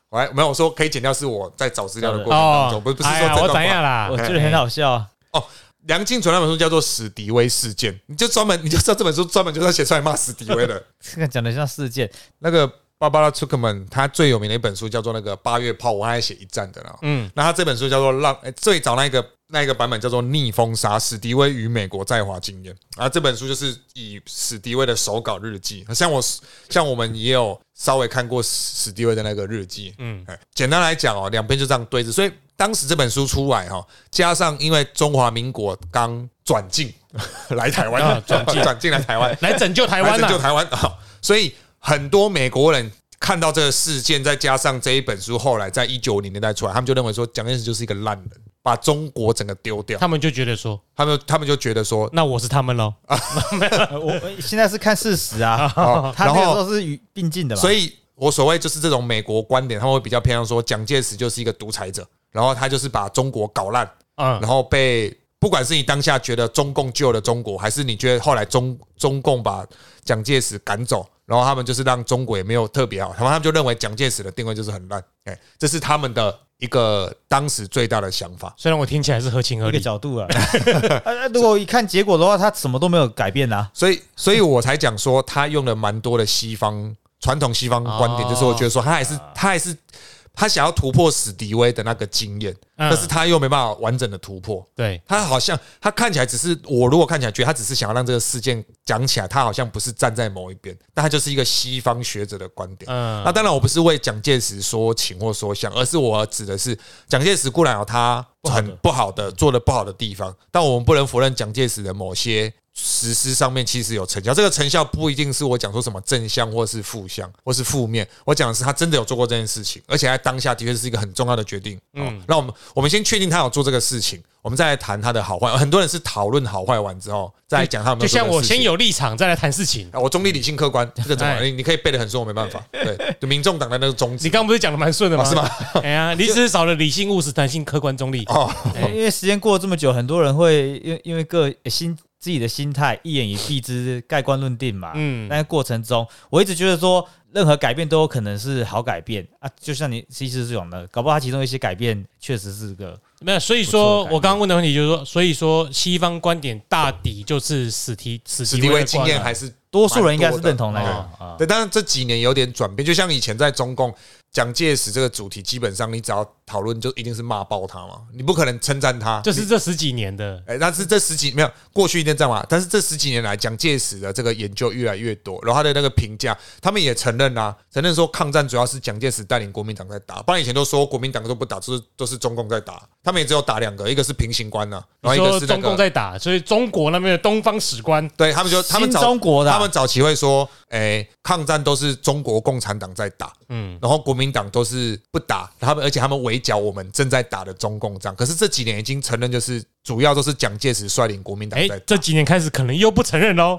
Speaker 2: 我还没有我说可以剪掉，是我在找资料的过程当中，不是不是
Speaker 3: 哦哎
Speaker 2: 说
Speaker 3: 呀
Speaker 2: 这
Speaker 3: 我
Speaker 2: 段
Speaker 3: 怎
Speaker 2: 话
Speaker 3: 样。啦
Speaker 1: 我？觉得很好笑啊。
Speaker 2: 哦梁静纯那本书叫做《史迪威事件》，你就专门你就知道这本书专门就是要写出来骂史迪威的。
Speaker 1: 这个讲的像事 件，
Speaker 2: 那个芭芭拉·楚克曼，他最有名的一本书叫做那个《八月炮》，我还写一战的啦。
Speaker 3: 嗯，
Speaker 2: 那他这本书叫做《让》诶最早那一个那一个版本叫做《逆风沙：史迪威与美国在华经验》啊，这本书就是以史迪威的手稿日记，像我像我们也有稍微看过史史迪威的那个日记，嗯
Speaker 3: 嗯，
Speaker 2: 简单来讲哦，两边就这样对着，所以当时这本书出来哈、哦，加上因为中华民国刚转进 来台湾
Speaker 3: 啊，转 进
Speaker 2: 转进来台湾，
Speaker 3: 来拯救台湾
Speaker 2: 来拯救
Speaker 3: 了。
Speaker 2: 台湾啊、所以很多美国人看到这个事件，再加上这一本书后来在一九零年代出来，他们就认为说蒋介石就是一个烂人，把中国整个丢掉。
Speaker 3: 他们就觉得说，
Speaker 2: 他们嗯他们就觉得说，
Speaker 3: 那我是他们喽。
Speaker 2: 啊
Speaker 1: 呃我我现在是看事实啊，
Speaker 3: 哦
Speaker 1: 他
Speaker 2: 然
Speaker 1: 那个时
Speaker 2: 后
Speaker 1: 候是与并进的嘛，
Speaker 2: 所
Speaker 1: 以
Speaker 2: 以我所谓就是这种美国观点，他们会比较偏向说蒋介石就是一个独裁者，然后他就是把中国搞烂，
Speaker 3: 嗯
Speaker 2: 然，后被不管是你当下觉得中共救了中国，还是你觉得后来中中共把蒋介石赶走，然后他们就是让中国也没有特别好，他们他们就认为蒋介石的定位就是很烂，哎，这是他们的一个当时最大的想法。
Speaker 3: 虽然我听起来是合情合
Speaker 1: 一个
Speaker 3: 理，
Speaker 1: 角度啊。 啊啊如果一看结果的话，他什么都没有改变啊。
Speaker 2: 所以，所以我才讲说他用了蛮多的西方传统西方观点，
Speaker 3: 哦
Speaker 2: 就是我觉得说他还是他还是他想要突破史迪威的那个经验，
Speaker 3: 嗯
Speaker 2: 但是他又没办法完整的突破。
Speaker 3: 对，
Speaker 2: 他好像他看起来只是我如果看起来觉得他只是想要让这个事件讲起来，他好像不是站在某一边，但他就是一个西方学者的观点。
Speaker 3: 嗯
Speaker 2: 那当然，我不是为蒋介石说情或说相，而是我指的是蒋介石固然有他很不好的做的不好的地方，但我们不能否认蒋介石的某些实施上面其实有成效。这个成效不一定是我讲说什么正向或是负向或是负面，我讲的是他真的有做过这件事情，而且在当下的确是一个很重要的决定。嗯，那我们我们先确定他有做这个事情，我们再来谈他的好坏。很多人是讨论好坏完之后再来讲他有没有
Speaker 3: 就
Speaker 2: 做这
Speaker 3: 像
Speaker 2: 个
Speaker 3: 我
Speaker 2: 事情
Speaker 3: 先有立场再来谈事情。
Speaker 2: 啊，我中立、理性、客观，这个怎么？
Speaker 3: 哎
Speaker 2: 你你可以背得很顺，我没办法。对，就民众党的那个宗
Speaker 3: 你
Speaker 2: 旨
Speaker 3: 刚刚不是讲的蛮顺的吗？
Speaker 2: 哦是吗？
Speaker 3: 哎呀，你只是少了理性、务实、弹性、客观、中立。
Speaker 2: 哦，
Speaker 1: 哎因为时间过了这么久，很多人会因为因为个心自己的心态一言以蔽之，盖棺论定嘛。
Speaker 3: 嗯
Speaker 1: 但是过程中，我一直觉得说，任何改变都有可能是好改变啊。就像你其实这种的，搞不好他其中一些改变确实是个
Speaker 3: 没有，
Speaker 2: 哦
Speaker 3: 所以
Speaker 1: 不错的概
Speaker 3: 说
Speaker 1: 念
Speaker 3: 我刚刚问的问题就是说，所以说西方观点大抵就是史提史
Speaker 2: 史
Speaker 3: 提
Speaker 2: 迪
Speaker 3: 威
Speaker 2: 威
Speaker 3: 的
Speaker 2: 经验
Speaker 3: 观啊
Speaker 2: 还是
Speaker 1: 多数人应该是认同那
Speaker 2: 蛮多
Speaker 1: 个啊。
Speaker 2: 对，但是这几年有点转变，就像以前在中共，蒋介石这个主题，基本上你只要讨论就一定是骂爆他嘛，你不可能称赞他。
Speaker 3: 这是这十几年的，
Speaker 2: 哎，但是这十几没有过去一定这样嘛，但是这十几年来，蒋介石的这个研究越来越多，然后他的那个评价，他们也承认啦、承认说抗战主要是蒋介石带领国民党在打，不然以前都说国民党都不打，就是都是中共在打，他们也只有打两个，一个是平型关呐、然
Speaker 3: 你
Speaker 2: 后一个
Speaker 3: 说
Speaker 2: 是那啊
Speaker 3: 中共
Speaker 2: 个，
Speaker 3: 在打，所以中国那边的东方史观，
Speaker 2: 对他们哦就他们
Speaker 1: 新
Speaker 2: 早
Speaker 1: 中
Speaker 3: 哦
Speaker 1: 国的啊
Speaker 2: 他们早期会说，哎、抗战都是中国共产党在打，
Speaker 3: 嗯，
Speaker 2: 然后国民党都是不打他们，而且他们围剿我们正在打的中共这样。可是这几年已经承认，就是主要都是蒋介石率领国民党
Speaker 3: 哎
Speaker 2: 在，打，
Speaker 3: 这几年开始可能又不承认喽，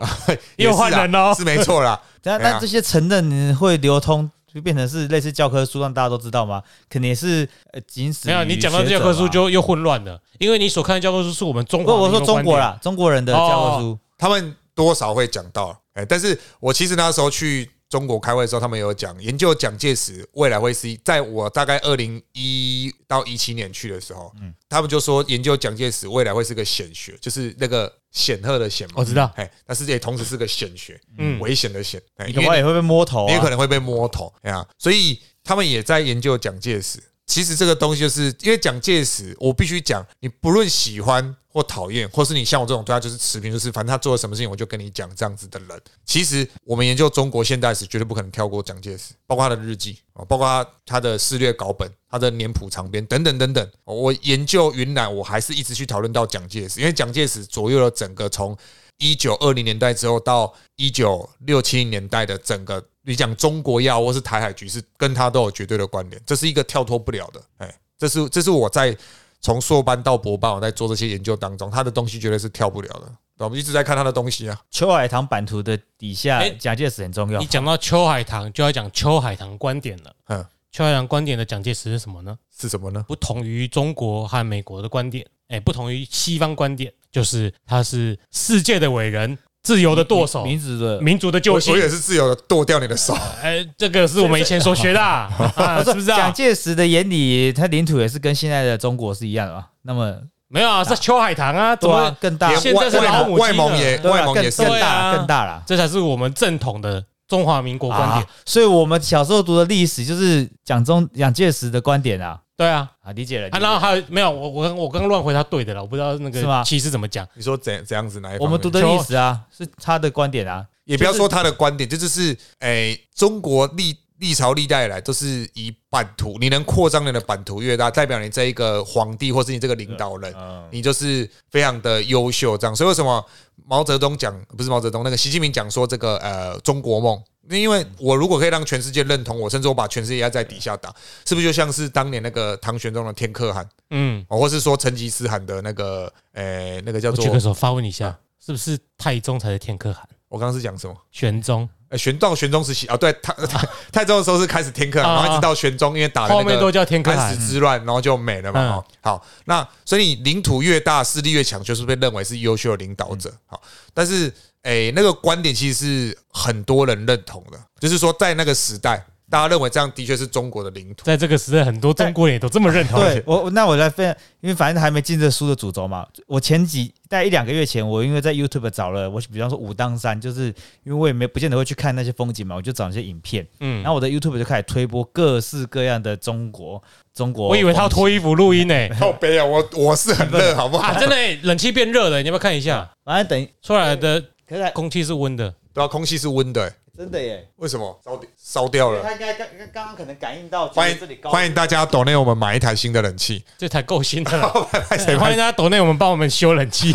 Speaker 2: 也是
Speaker 3: 又
Speaker 2: 啊
Speaker 3: 换人喽
Speaker 2: 是没错啦。
Speaker 1: 那
Speaker 2: 对啊
Speaker 1: 那这些承认会流通，就变成是类似教科书，让大家都知道吗？肯定也是呃，仅止
Speaker 3: 没有，
Speaker 1: 于
Speaker 3: 你讲到
Speaker 1: 学者
Speaker 3: 教科
Speaker 2: 啊
Speaker 3: 书
Speaker 1: 嘛
Speaker 3: 就又混乱了，因为你所看的教科书是我们中
Speaker 1: 不，
Speaker 3: 华，
Speaker 1: 我说中国，啦，中国人的教科书，
Speaker 2: 他们多少会讲到，哎、但是我其实那时候去中国开会的时候，他们有讲研究蒋介石未来会是一，在我大概二零一到一七年去的时候，嗯，他们就说研究蒋介石未来会是个显学，就是那个显赫的显嘛，
Speaker 3: 哦我知道
Speaker 2: 哎、但是也同时是个显学，嗯，
Speaker 3: 嗯
Speaker 2: 危险的险，哎、
Speaker 1: 你
Speaker 2: 因
Speaker 1: 恐
Speaker 2: 为
Speaker 1: 怕也会被摸头
Speaker 2: 也
Speaker 1: 啊
Speaker 2: 可。能会被摸头，哎呀，所以他们也在研究蒋介石。其实这个东西就是因为蒋介石，我必须讲，你不论喜欢或讨厌，或是你像我这种对他就是持平，就是反正他做了什么事情，我就跟你讲这样子的人。其实我们研究中国现代史，绝对不可能跳过蒋介石，包括他的日记哦包括他他的肆虐稿本、他的年谱长编等等等等。哦我研究云南，我还是一直去讨论到蒋介石，因为蒋介石左右了整个从一九二零年代之后到一九六七零年代的整个，你讲中国药或是台海局势，跟它都有绝对的关联，这是一个跳脱不了的。哎，这是这是我在从硕班到博班，我在做这些研究当中，他的东西绝对是跳不了的。对吧我们一直在看他的东西啊。
Speaker 1: 秋海棠版图的底下
Speaker 3: 哎，
Speaker 1: 蒋介石很重要
Speaker 3: 你。讲到秋海棠，就要讲秋海棠观点了。
Speaker 2: 嗯，
Speaker 3: 秋海棠观点的蒋介石是什么呢？
Speaker 2: 是什么呢？
Speaker 3: 不同于中国和美国的观点，哎、不同于西方观点，就是他是世界的伟人，自由的舵手，
Speaker 1: 名字的
Speaker 3: 民族的救
Speaker 2: 我
Speaker 3: 星
Speaker 2: 我。也是自由的剁掉你的手，
Speaker 3: 哎、这个是我们以前所学的、啊，啊 是不 是
Speaker 1: 蒋
Speaker 3: 啊？
Speaker 1: 介石的眼里，他领土也是跟现在的中国是一样的嘛。那么，
Speaker 3: 没有啊，是秋海棠啊，
Speaker 1: 对
Speaker 3: 怎么、
Speaker 1: 啊，更大，
Speaker 3: 现
Speaker 2: 连
Speaker 3: 在
Speaker 2: 外
Speaker 3: 是
Speaker 2: 外
Speaker 3: 老母鸡
Speaker 2: 外
Speaker 3: 了
Speaker 2: 蒙也
Speaker 1: 对
Speaker 2: 外
Speaker 1: 啊，
Speaker 2: 蒙
Speaker 1: 更
Speaker 2: 也是
Speaker 1: 更
Speaker 3: 对啊
Speaker 1: 大，更大啦。
Speaker 3: 这才是我们正统的中华民国观点。
Speaker 1: 啊，所以我们小时候读的历史就是蒋中蒋介石的观点啊。
Speaker 3: 对啊，
Speaker 1: 啊，理解了。
Speaker 3: 啊，然后还有没有？我我刚我刚乱回他对的了，我不知道那
Speaker 1: 是
Speaker 3: 个
Speaker 1: 吗
Speaker 3: 其实怎么讲。
Speaker 2: 你说怎怎样子哪一方面？
Speaker 1: 我们读的历史啊，是他的观点啊。
Speaker 2: 也不要说他的观点，这就是诶、中国历历朝历代以来都是以版图，你能扩张你的版图越大，代表你这一个皇帝或是你这个领导人，
Speaker 1: 嗯，
Speaker 2: 你就是非常的优秀这样。所以为什么毛泽东讲不是毛泽东那个习近平讲说这个呃中国梦？因为我如果可以让全世界认同我，甚至我把全世界压在底下打，是不是就像是当年那个唐玄宗的天可汗，
Speaker 3: 嗯，
Speaker 2: 哦，或是说成吉思汗的那个诶、那个叫
Speaker 3: 我
Speaker 2: 做
Speaker 3: 举个手发问一下，是不是太宗才是天可汗？
Speaker 2: 我刚刚是讲什么？
Speaker 3: 玄宗
Speaker 2: 呃，玄到玄宗时期啊，对， 太太宗的时候是开始天可汗，
Speaker 3: 啊
Speaker 2: 然后一直到玄宗，因为打了
Speaker 3: 后面
Speaker 2: 那
Speaker 3: 都
Speaker 2: 个
Speaker 3: 叫天可
Speaker 2: 安
Speaker 3: 汗
Speaker 2: 史。之乱，然后就没了嘛。
Speaker 3: 嗯
Speaker 2: 哦，好，那所以你领土越大，势力越强，就是被认为是优秀的领导
Speaker 3: 嗯
Speaker 2: 者。好，但是诶、那个观点其实是很多人认同的，就是说在那个时代，大家认为这样的确是中国的领土。
Speaker 3: 在这个时代，很多中国人也都这么认同。
Speaker 1: 对我，我那我来分享，因为反正还没进这书的主轴嘛。我前几大概一两个月前，我因为在 YouTube 找了，我比方说武当山，就是因为我也没不见得会去看那些风景嘛，我就找那些影片，
Speaker 3: 嗯
Speaker 1: 然，后我的 YouTube 就开始推播各式各样的中国中国。
Speaker 3: 我以为他要脱衣服 录音呢、
Speaker 2: 靠背啊，我我是很热，好不好
Speaker 3: 啊，？真的、欸，冷气变热了，你要不要看一下？
Speaker 1: 反正等于
Speaker 3: 出来的
Speaker 1: 可是还
Speaker 3: 空气是温的，
Speaker 2: 对啊，空气是温的、欸
Speaker 1: 真的耶，
Speaker 2: 为什么烧烧掉
Speaker 1: 因为
Speaker 2: 了？
Speaker 1: 他应该刚刚刚刚可能感应到觉
Speaker 2: 欢
Speaker 1: 得这里
Speaker 2: 迎
Speaker 1: 高
Speaker 2: 欢迎大家抖内我们买一台新的冷 气，
Speaker 3: 这才够新 的了。
Speaker 2: 拜拜谁
Speaker 3: 欢迎大家抖内我们帮我们修 冷气。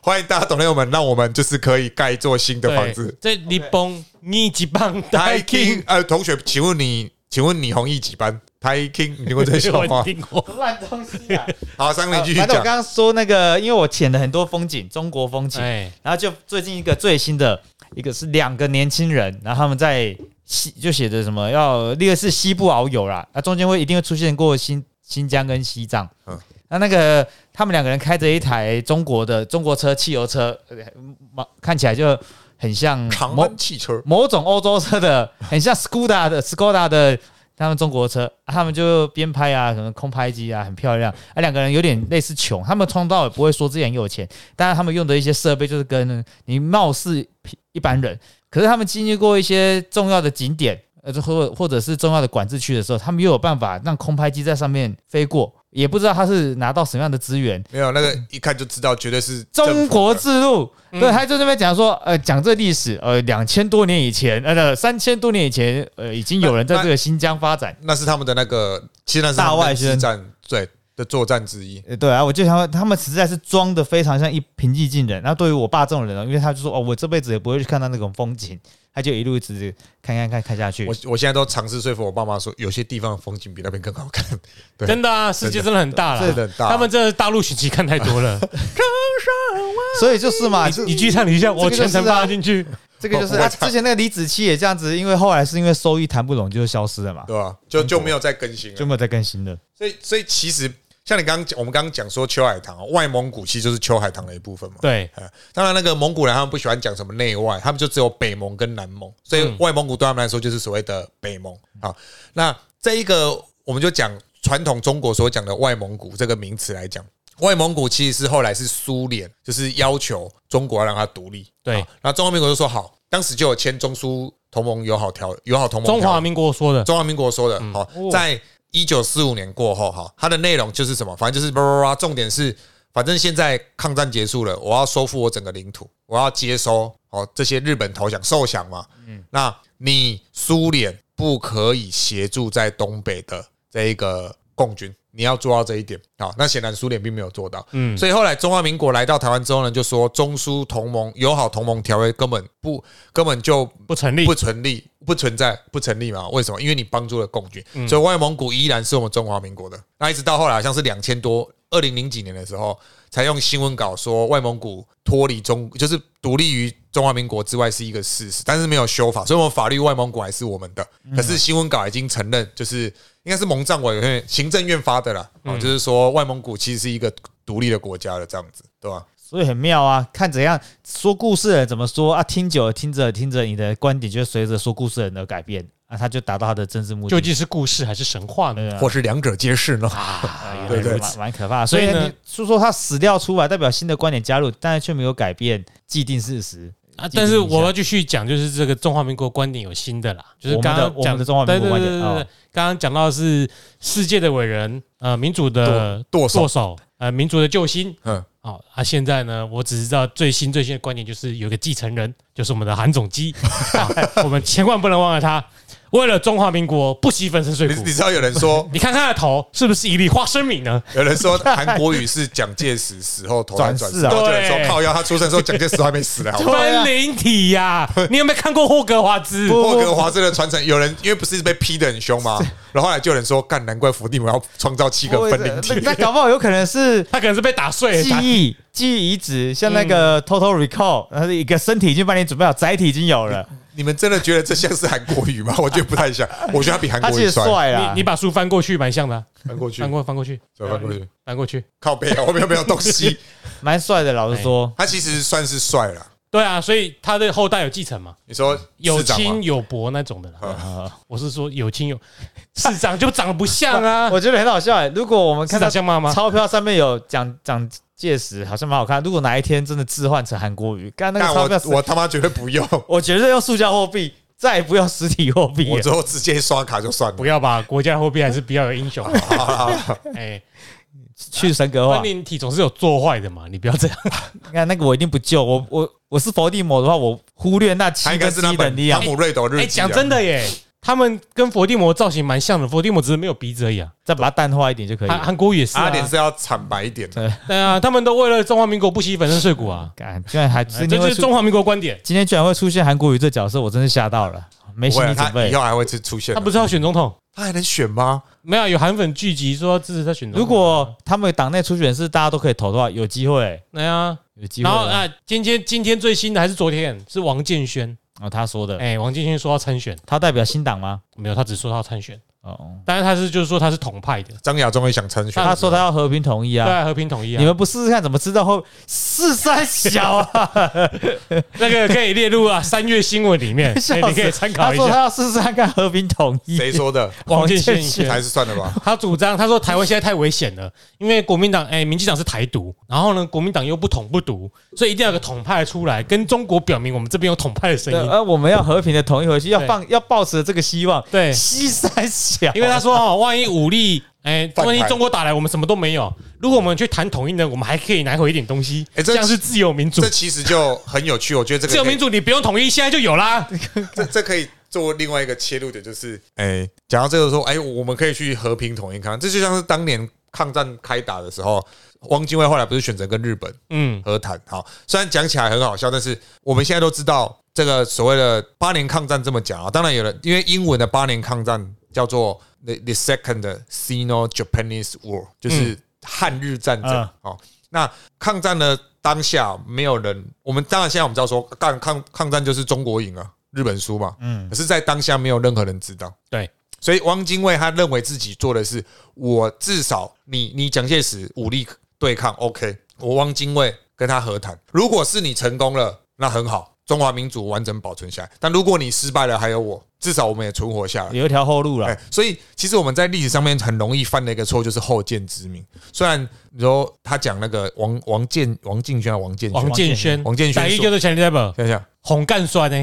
Speaker 2: 欢迎大家懂内我们，让我们就是可以盖一座新的房子。
Speaker 3: 对，这你崩你几棒
Speaker 2: 台
Speaker 3: 台
Speaker 2: King，
Speaker 3: king，
Speaker 2: 呃，同学，请问你，请问你红艺几班？台 King，你听过这笑
Speaker 3: 我
Speaker 2: 话？
Speaker 3: 听过。
Speaker 1: 乱东西啊！
Speaker 2: 好，三位
Speaker 1: 啊
Speaker 2: 继续
Speaker 1: 反正
Speaker 2: 讲。
Speaker 1: 我刚刚说那个，因为我剪了很多风景，中国风景，
Speaker 3: 哎，
Speaker 1: 然后就最近一个最新的一个是两个年轻人，然后他们在西就写的什么要那个是西部遨游啦，那啊中间会一定会出现过新新疆跟西藏。
Speaker 2: 嗯
Speaker 1: 嗯，那那个他们两个人开着一台中国的中国车汽油车，呃嘛看起来就很像
Speaker 2: 长
Speaker 1: 某
Speaker 2: 安汽车，
Speaker 1: 某种欧洲车的， 很像 Skoda 的 Skoda 的他们中国车，啊他们就边拍啊，什么空拍机啊，很漂亮。啊，两个人有点类似穷，他们通道也不会说自己很有钱，但是他们用的一些设备就是跟你貌似一般人，可是他们经历过一些重要的景点，呃，或或者是重要的管制区的时候，他们又有办法让空拍机在上面飞过，也不知道他是拿到什么样的资源，
Speaker 2: 没有那个一看就知道，绝对是政府的
Speaker 1: 中国制度，
Speaker 3: 嗯
Speaker 1: 对，他就这边讲说，呃，讲这历史，呃，两千多年以前，呃，三千多年以前，呃，已经有人在这个新疆发展。
Speaker 2: 那是他们的那个，其实那是他们
Speaker 1: 大外宣
Speaker 2: 之战对的作战之一。
Speaker 1: 呃，对啊，我就想说他们实在是装的非常像一平易近人。那对于我爸这种人呢，因为他就说哦，我这辈子也不会去看到那种风景，他就一路一直看看看看下去
Speaker 2: 我。我现在都尝试说服我爸妈说，有些地方的风景比那边更好 看。对
Speaker 3: 真的啊，世界真的很大
Speaker 2: 真的
Speaker 3: 了
Speaker 2: 很。大
Speaker 3: 他们真的大陆巡期看太多 了。
Speaker 1: 所以就是嘛，这
Speaker 3: 你去唱，你去唱，
Speaker 1: 这个
Speaker 3: 我
Speaker 1: 就是啊
Speaker 3: 全程放进去。
Speaker 1: 这个就是
Speaker 2: 我我
Speaker 1: 啊，之前那个李子柒也这样子，因为后来是因为收益谈不拢，就消失了嘛，
Speaker 2: 对吧？就就没有再更新了
Speaker 1: 就。没有再更新了。
Speaker 2: 所以所以其实像你刚刚讲，我们刚刚讲说秋海棠哦，外蒙古其实就是秋海棠的一部分嘛。
Speaker 3: 对，
Speaker 2: 呃当然，那个蒙古人他们不喜欢讲什么内外，他们就只有北蒙跟南蒙，所以
Speaker 3: 嗯
Speaker 2: 外蒙古对他们来说就是所谓的北蒙。好，那这一个我们就讲传统中国所讲的外蒙古这个名词来讲，外蒙古其实是后来是苏联就是要求中国要让它独立，
Speaker 3: 对
Speaker 2: 好，然后中华民国就说好，当时就有签中苏同盟友好条友好同盟条
Speaker 3: 中
Speaker 2: 约
Speaker 3: 华民国说的。嗯
Speaker 2: 中华民国说的，好、
Speaker 1: 哦
Speaker 2: 在一九四五年过后，哈，它的内容就是什么？反正就是叭叭叭，重点是，反正现在抗战结束了，我要收复我整个领土，我要接收哦这些日本投降受降嘛，嗯，那你苏联不可以协助在东北的这一个共军，你要做到这一点，好，那显然苏联并没有做到，
Speaker 3: 嗯，
Speaker 2: 所以后来中华民国来到台湾之后呢，就说中苏同盟友好同盟条约根本不根本就
Speaker 3: 不成立
Speaker 2: 不。成立、不存在、不成立嘛？为什么？因为你帮助了共军，所以外蒙古依然是我们中华民国的。那一直到后来，好像是两千多、二零零几年的时候，才用新闻稿说外蒙古脱离中，就是独立于中华民国之外是一个事实，但是没有修法，所以我们法律外蒙古还是我们的。可是新闻稿已经承认，就是应该是蒙藏委员会行政院发的啦，哦，就是说外蒙古其实是一个独立的国家了，这样子，对吧？
Speaker 1: 所以很妙啊，看怎样说故事的人怎么说啊，听久了听着听着，你的观点就随着说故事的人而改变啊，他就达到他的真实目的。
Speaker 3: 究竟是故事还是神话呢？
Speaker 2: 或是两者皆是呢？
Speaker 1: 嗯啊
Speaker 2: 对
Speaker 1: 原来
Speaker 2: 对
Speaker 1: 蛮蛮可怕的。所
Speaker 3: 所
Speaker 1: 以
Speaker 3: 以呢
Speaker 1: 你是说他死掉出来，代表新的观点加入，但是却没有改变既定事哎实
Speaker 3: 啊，
Speaker 1: 记录
Speaker 3: 但是
Speaker 1: 一下
Speaker 3: 我要继续讲，就是这个中华民国观点有新的啦，就是
Speaker 1: 我们的
Speaker 3: 刚刚
Speaker 1: 我们
Speaker 3: 讲
Speaker 1: 的中华民国观点
Speaker 3: 对对对对对
Speaker 1: 哦
Speaker 3: 刚刚讲到是世界的伟人，呃，民主的
Speaker 2: 剁剁手
Speaker 3: 剁手，呃，民主的救星。
Speaker 2: 嗯，
Speaker 3: 哦，啊，现在呢，我只知道最新最新的观点就是有一个继承人，就是我们的韩总 机，啊我们千万不能忘了他，为了中华民国不惜粉身碎
Speaker 2: 你
Speaker 3: 骨
Speaker 2: 你。知道有人说，
Speaker 3: 你看他的头是不是一粒花生米呢？
Speaker 2: 有人说韩国语是蒋介石死后投胎转世，然
Speaker 1: 转世啊
Speaker 2: 后就有人
Speaker 3: 对
Speaker 2: 说靠腰，他出生的时候蒋介石还没死呢，好不好
Speaker 1: 对啊
Speaker 3: 分灵体 呀、你有没有看过霍格华兹？
Speaker 1: 不
Speaker 2: 霍格华兹的传承，有人因为不是被批的很凶吗？然后后来就有人说，干，难怪伏地魔要创造七个分灵体。
Speaker 1: 那那搞不好有可能是
Speaker 3: 他可能是被打碎
Speaker 1: 记
Speaker 3: 打
Speaker 2: 啊
Speaker 1: 忆记忆移植，像那个 Total Recall，它是一个身体已经帮你准备好，载体已经有了，
Speaker 2: 你们真的觉得这像是韩国语吗？我觉得不太像，我觉得他比韩
Speaker 1: 他
Speaker 2: 国
Speaker 1: 其
Speaker 2: 语
Speaker 1: 实
Speaker 2: 帅。
Speaker 1: 帅啦
Speaker 3: 你。你把书翻过去，蛮像的啊、
Speaker 2: 翻过去
Speaker 3: 翻，过翻过去，
Speaker 2: 再翻过去，
Speaker 3: 翻过去。
Speaker 2: 靠背啊，后面没有东西。
Speaker 1: 蛮帅的，老实说，
Speaker 2: 他其实算是帅了。
Speaker 3: 对啊，所以他的后代有继承嘛，
Speaker 2: 你说
Speaker 3: 有
Speaker 2: 市长吗
Speaker 3: 亲？有伯那种的啦。
Speaker 1: 呃
Speaker 3: 我是说有亲有，市长就长得不像 啊，
Speaker 1: 我觉得很好笑、欸。如果我们
Speaker 3: 市
Speaker 1: 看到
Speaker 3: 长像妈妈。
Speaker 1: 钞票上面有蒋蒋介石，好像蛮好看。如果哪一天真的置换成韩国语，干那个
Speaker 2: 但
Speaker 1: 钞票
Speaker 2: 我
Speaker 1: 死，
Speaker 2: 我他妈绝对不用，
Speaker 1: 我觉得用塑胶货币，再也不用实体货币啊
Speaker 2: 我
Speaker 1: 了。
Speaker 2: 之后直接刷卡就算了
Speaker 3: 不。要吧，国家货币还是比较有英雄。啊
Speaker 2: 好啦好啦好啦
Speaker 3: 哎，
Speaker 1: 去神格化
Speaker 3: 分，灵体总是有做坏的嘛，你不要这样。
Speaker 1: 你看那个我一定不救。我我我是伏地魔的话，我忽略那七
Speaker 2: 他应
Speaker 1: 个
Speaker 2: 该是那
Speaker 1: 基本
Speaker 2: 本
Speaker 1: 力量
Speaker 2: 汤。姆瑞斗日
Speaker 3: 哎，
Speaker 2: 记啊。
Speaker 3: 讲真的耶，他们跟伏地魔造型蛮像的，伏地魔只是没有鼻子而已啊。
Speaker 1: 再把它淡化一点就可以
Speaker 3: 韩
Speaker 1: 了。
Speaker 3: 韩国语也是
Speaker 2: 哎阿
Speaker 3: 啊，
Speaker 2: 脸是要惨白一点的。
Speaker 3: 对啊，他们都为了中华民国不惜粉身碎骨啊。
Speaker 1: 干，居然还
Speaker 3: 哎
Speaker 1: 今
Speaker 3: 这
Speaker 1: 天
Speaker 3: 就
Speaker 1: 会
Speaker 3: 是
Speaker 1: 出
Speaker 3: 中华民国观点。
Speaker 1: 今天居然会出现韩国语这角色，我真是吓到了，没
Speaker 2: 不
Speaker 1: 心
Speaker 2: 会
Speaker 1: 理
Speaker 2: 啊，
Speaker 1: 准
Speaker 2: 他
Speaker 1: 备
Speaker 2: 以。后还会出出现的。
Speaker 3: 他不是要选总统？
Speaker 2: 他还能选吗？
Speaker 3: 没有，有韩粉聚集说要支持他选总统。
Speaker 1: 如果他们党内初选是大家都可以投的话，有机会、
Speaker 3: 对啊，
Speaker 1: 有机会
Speaker 3: 然后
Speaker 1: 啊。
Speaker 3: 啊，今天今天最新的还是昨天是王建轩，
Speaker 1: 哦，他说的，
Speaker 3: 哎、王建轩说要参选，
Speaker 1: 他代表新党吗？
Speaker 3: 没有，他只说他要参选，
Speaker 1: 哦哦，
Speaker 3: 但是他是就是说他是统派的，
Speaker 2: 张亚中也想参选，
Speaker 1: 他说他要和平统一
Speaker 3: 对
Speaker 1: 啊。
Speaker 3: 啊，和平统一
Speaker 1: 你
Speaker 3: 啊，
Speaker 1: 们不试试看，怎么知道 后四三小啊？
Speaker 3: 那个可以列入啊三月新闻里面，
Speaker 1: 笑
Speaker 3: 哎
Speaker 1: 死
Speaker 3: 你可以参考
Speaker 1: 他
Speaker 3: 一
Speaker 1: 说
Speaker 3: 下。
Speaker 1: 他要试试看和平统一，
Speaker 2: 谁说的？
Speaker 3: 王建轩
Speaker 1: 王建
Speaker 2: 还
Speaker 3: 他
Speaker 2: 是算 了吧。
Speaker 3: 他主张，他说台湾现在太危险了，因为国民党哎、民进党是台独，然后呢，国民党又不统不独，所以一定要有个统派出来，跟中国表明我们这边有统派的声
Speaker 1: 对，
Speaker 2: 呃
Speaker 3: 音。
Speaker 1: 而我们要和平的统一回去，要
Speaker 3: 对
Speaker 1: 放要抱持这个希望。
Speaker 3: 对，
Speaker 1: 西三小，
Speaker 3: 因为他说哦，万一武力，哎、
Speaker 2: 反弹
Speaker 3: 万一中国打来，我们什么都没有。如果我们去谈统一呢，我们还可以拿回一点东西，
Speaker 2: 哎这
Speaker 3: 这样是自由民主
Speaker 2: 这。其实就很有趣，我觉得
Speaker 3: 自
Speaker 2: 这
Speaker 3: 由
Speaker 2: 个可
Speaker 3: 民
Speaker 2: 以
Speaker 3: 主你不用统一，现在就有啦。
Speaker 2: 这这可以做另外一个切入点，就是哎，讲到这个说，哎，我们可以去和平统一抗，这就像是当年抗战开打的时候，汪精卫后来不是选择跟日本
Speaker 3: 嗯，
Speaker 2: 和谈？好，虽然讲起来很好笑，但是我们现在都知道这个所谓的八年抗战这么讲啊，当然有人因为英文的八年抗战叫做 the the second Sino-Japanese War，就是汉日战争
Speaker 1: 嗯
Speaker 2: 哦。那抗战的当下，没有人，我们当然现在我们知道说，干抗抗战就是中国赢啊，日本输嘛。
Speaker 1: 嗯，
Speaker 2: 可是，在当下没有任何人知道。
Speaker 3: 对，
Speaker 2: 所以汪精卫他认为自己做的是，我至少你你蒋介石武力对抗，OK，我汪精卫跟他和谈，如果是你成功了，那很好，中华民族完整保存下来；但如果你失败了，还有我，至少我们也存活下来。
Speaker 1: 有一条后路了
Speaker 2: 哎。，所以其实我们在历史上面很容易犯的一个错就是后见之明。虽然你说他讲那个王王建王敬轩啊，王建
Speaker 3: 王
Speaker 2: 轩，
Speaker 3: 建轩，
Speaker 2: 王建轩
Speaker 3: 台语
Speaker 2: 说
Speaker 3: 叫做前代表
Speaker 2: 想想，
Speaker 3: 红干酸呢，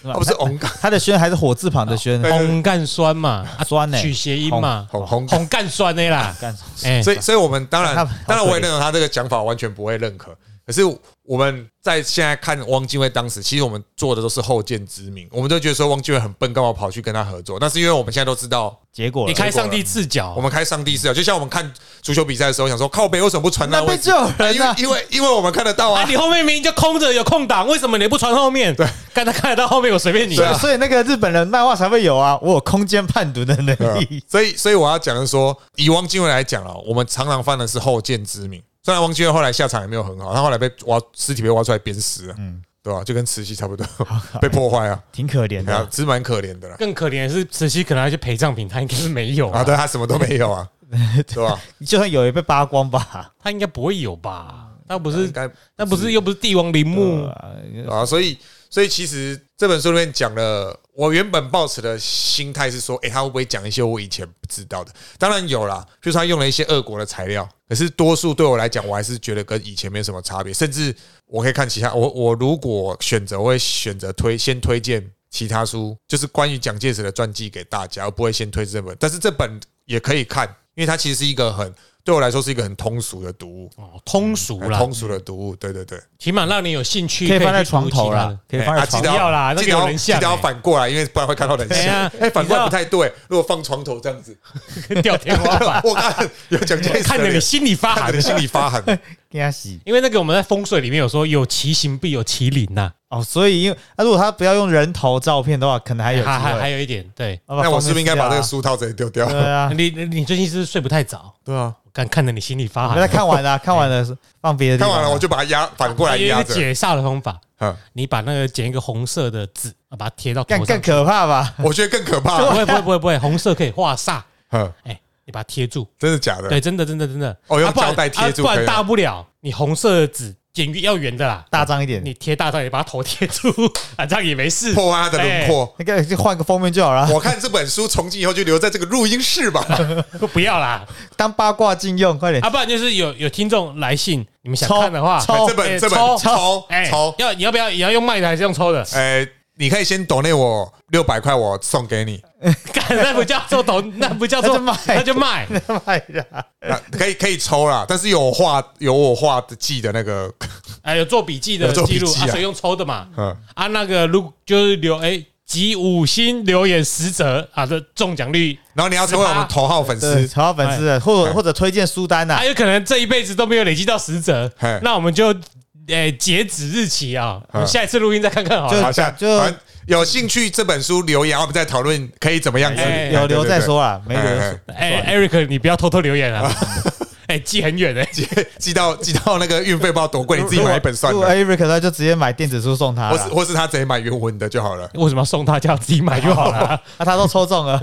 Speaker 1: 是吧
Speaker 2: 他不是红干
Speaker 1: 他的宣还是火字旁的宣，
Speaker 2: 对
Speaker 3: 红干酸嘛，啊
Speaker 1: 酸呢？
Speaker 3: 取谐音嘛，
Speaker 2: 红红红
Speaker 3: 红干酸呢啦。
Speaker 1: 干
Speaker 3: 哎，
Speaker 2: 所以，所以我们当然
Speaker 1: 他好可怜，哦
Speaker 2: 当然我也认同他这个讲法，完全不会认可。可是我们在现在看汪精卫当时，其实我们做的都是后见之明，我们都觉得说汪精卫很笨，干嘛跑去跟他合作？那是因为我们现在都知道，
Speaker 1: 结果
Speaker 3: 你
Speaker 1: 了
Speaker 3: 开上帝视角啊
Speaker 2: 我，们开上帝视角，就像我们看足球比赛的时候，想说靠北为什么不传那
Speaker 1: 那
Speaker 2: 位
Speaker 1: 边
Speaker 2: 置
Speaker 1: 就？有
Speaker 2: 啊
Speaker 1: 人
Speaker 2: 因为
Speaker 1: 啊，
Speaker 2: 因为因为我们看得到
Speaker 3: 啊，
Speaker 2: 啊，
Speaker 3: 你后面明明就空着有空档，为什么你不传后面？对，看他看得到后面，我随便你
Speaker 1: 对啊
Speaker 3: 啊。
Speaker 1: 所以那个日本人漫画才会有啊，我有空间判读的能力。
Speaker 2: 啊所以，所以我要讲的是说，以汪精卫来讲啊，我们常常犯的是后见之明。虽然汪精卫后来下场也没有很好，他后来被挖尸体被挖出来鞭尸了，嗯，对吧、就跟慈禧差不多， 被破坏啊，
Speaker 1: 挺可怜
Speaker 2: 对啊
Speaker 1: 的，，
Speaker 2: 是蛮可怜的啦。
Speaker 3: 更可怜的是，慈禧可能还去陪葬品，他应该是没有
Speaker 2: 啊，
Speaker 3: 啊，
Speaker 2: 对他什么都没有啊， 对吧？
Speaker 1: 就算有也被扒光吧。
Speaker 3: 他应该不会有吧？那不
Speaker 2: 不
Speaker 3: 是，
Speaker 2: 该
Speaker 3: 那不是又不是帝王陵墓
Speaker 1: 对，啊
Speaker 2: 啊，所以，所以其实这本书里面讲了，我原本抱持的心态是说，诶，他会不会讲一些我以前不知道的？当然有啦，就是他用了一些俄国的材料，可是多数对我来讲，我还是觉得跟以前没什么差别，甚至我可以看其他，我我如果选择，我会选择推先推荐其他书，就是关于蒋介石的传记给大家，而不会先推这本。但是这本也可以看，因为它其实是一个很对我来说是一个很通俗的读物，
Speaker 3: 哦，通俗
Speaker 2: 很
Speaker 3: 啦，
Speaker 2: 哎通俗的读物。对对对，
Speaker 3: 起码让你有兴趣，
Speaker 1: 可以
Speaker 3: 去
Speaker 1: 放在
Speaker 3: 读
Speaker 1: 床头
Speaker 3: 其他
Speaker 1: 啦
Speaker 3: 的，
Speaker 1: 可以放在
Speaker 2: 啊
Speaker 1: 床
Speaker 2: 记得要
Speaker 3: 不要啦那
Speaker 2: 记
Speaker 3: 个
Speaker 2: 得
Speaker 3: 有
Speaker 2: 要
Speaker 3: 人像
Speaker 2: 记得要
Speaker 3: 欸
Speaker 2: 反过来，因为不然会看到人
Speaker 3: 对
Speaker 2: 像
Speaker 3: 啊。
Speaker 2: 哎，反过来
Speaker 3: 你知道
Speaker 2: 不太对，如果放床头这样子，
Speaker 3: 掉哎天花 板，
Speaker 2: 我看有蒋介石的脸，
Speaker 3: 看得你心里发
Speaker 2: 看
Speaker 3: 寒
Speaker 2: 得你。心里发 寒。
Speaker 1: 给他洗
Speaker 3: 因为那个我们在风水里面有说有其形必有其灵呐，
Speaker 1: 哦，所以因为啊，如果他不要用人头照片的话，可能还有机
Speaker 3: 还还还
Speaker 1: 会。啊
Speaker 3: 有一点，对
Speaker 1: 要把
Speaker 2: 那我是不是应该把这个
Speaker 1: 封
Speaker 2: 书套直接丢掉
Speaker 1: 面撕？啊？对啊，
Speaker 3: 你你你最近是不是睡不太着，
Speaker 2: 对啊，
Speaker 3: 我看看得你心里发
Speaker 1: 我们
Speaker 3: 寒
Speaker 1: 在。看完了，啊看完了放别的地
Speaker 2: 哎看
Speaker 1: 方啊。
Speaker 2: 完了我就把它压反过来
Speaker 3: 有一
Speaker 2: 压
Speaker 3: 个
Speaker 2: 着。
Speaker 3: 解煞的方法，
Speaker 2: 嗯
Speaker 3: 你把那个剪一个红色的纸，啊把它贴到
Speaker 1: 更
Speaker 3: 头
Speaker 1: 更
Speaker 3: 上。
Speaker 1: 可怕吧？
Speaker 2: 我觉得更可怕
Speaker 3: 不。会不会不会不会，红色可以化煞。
Speaker 2: 嗯
Speaker 3: 哎，你把它贴住。
Speaker 2: 真的假的？
Speaker 3: 对，真的真的真的。
Speaker 2: 哦用
Speaker 3: 啊不然
Speaker 2: 胶带贴住
Speaker 3: 啊不
Speaker 2: 可以
Speaker 3: 然
Speaker 2: 吗
Speaker 3: 大不了你红色的纸剪要圆的啦，
Speaker 1: 大张一点，
Speaker 3: 你贴大张，你把它头贴住， 啊这样也没事。
Speaker 2: 嗯破坏它的轮廓。
Speaker 1: 那个就换个封面就好
Speaker 3: 哎
Speaker 1: 了，
Speaker 2: 我看这本书从今以后就留在这个录音室 吧。
Speaker 3: 不要啦，
Speaker 1: 当八卦禁用，快点
Speaker 3: 啊，不然就是有有听众来信，你们想
Speaker 1: 抽
Speaker 3: 看的话，
Speaker 1: 抽
Speaker 2: 这本
Speaker 3: 哎
Speaker 2: 这本
Speaker 3: 抽
Speaker 2: 抽
Speaker 3: 哎，
Speaker 2: 抽，
Speaker 3: 要你要不要也要用卖的还是用抽的？
Speaker 2: 哎，你可以先 donate 我六百块，我送给你。
Speaker 3: 干那不叫做抖，那不叫做
Speaker 1: 那就卖
Speaker 3: 那就卖。
Speaker 1: 卖啦！
Speaker 2: 啊， 可以可以抽啦，但是有我画有我画的记的那个，
Speaker 3: 哎，有做笔记的
Speaker 2: 有做笔
Speaker 3: 记录，
Speaker 2: 记
Speaker 3: 啊，
Speaker 2: 啊
Speaker 3: 谁用抽的嘛？
Speaker 2: 嗯，
Speaker 3: 啊，那个如就是留哎。集五星留言十折啊，这中奖率
Speaker 2: 然后你要成为我们头号粉
Speaker 1: 对，
Speaker 2: 丝，
Speaker 1: 超好粉丝
Speaker 2: 哎
Speaker 1: 的，或者或者推荐书单呐
Speaker 3: 啊，，有可能这一辈子都没有累积到 十折
Speaker 2: 嘿，
Speaker 3: 那我们就诶截止日期啊，我们下一次录音再看看好
Speaker 1: 就
Speaker 3: 了。
Speaker 2: 好像
Speaker 1: 就
Speaker 2: 反正有兴趣这本书留言，我们再讨论可以怎么样子
Speaker 3: 哎
Speaker 1: 有留再，说啦，没
Speaker 2: 对对
Speaker 1: 留
Speaker 2: 对
Speaker 1: 就
Speaker 2: 哎
Speaker 1: 说
Speaker 2: 哎
Speaker 3: 哎，Eric，你不要偷偷留言 啊，哎，寄很远哎，
Speaker 2: 寄寄到寄到那个运费不知道多贵，你自己买一本算
Speaker 1: 如果哎
Speaker 2: 了，
Speaker 1: Eric 他就直接买电子书送他
Speaker 2: 或是
Speaker 1: 了，
Speaker 2: 或是他直接买原文的就好了，
Speaker 3: 为什么要送他？叫他自己买就好了 啊。
Speaker 1: 啊，他都抽中了，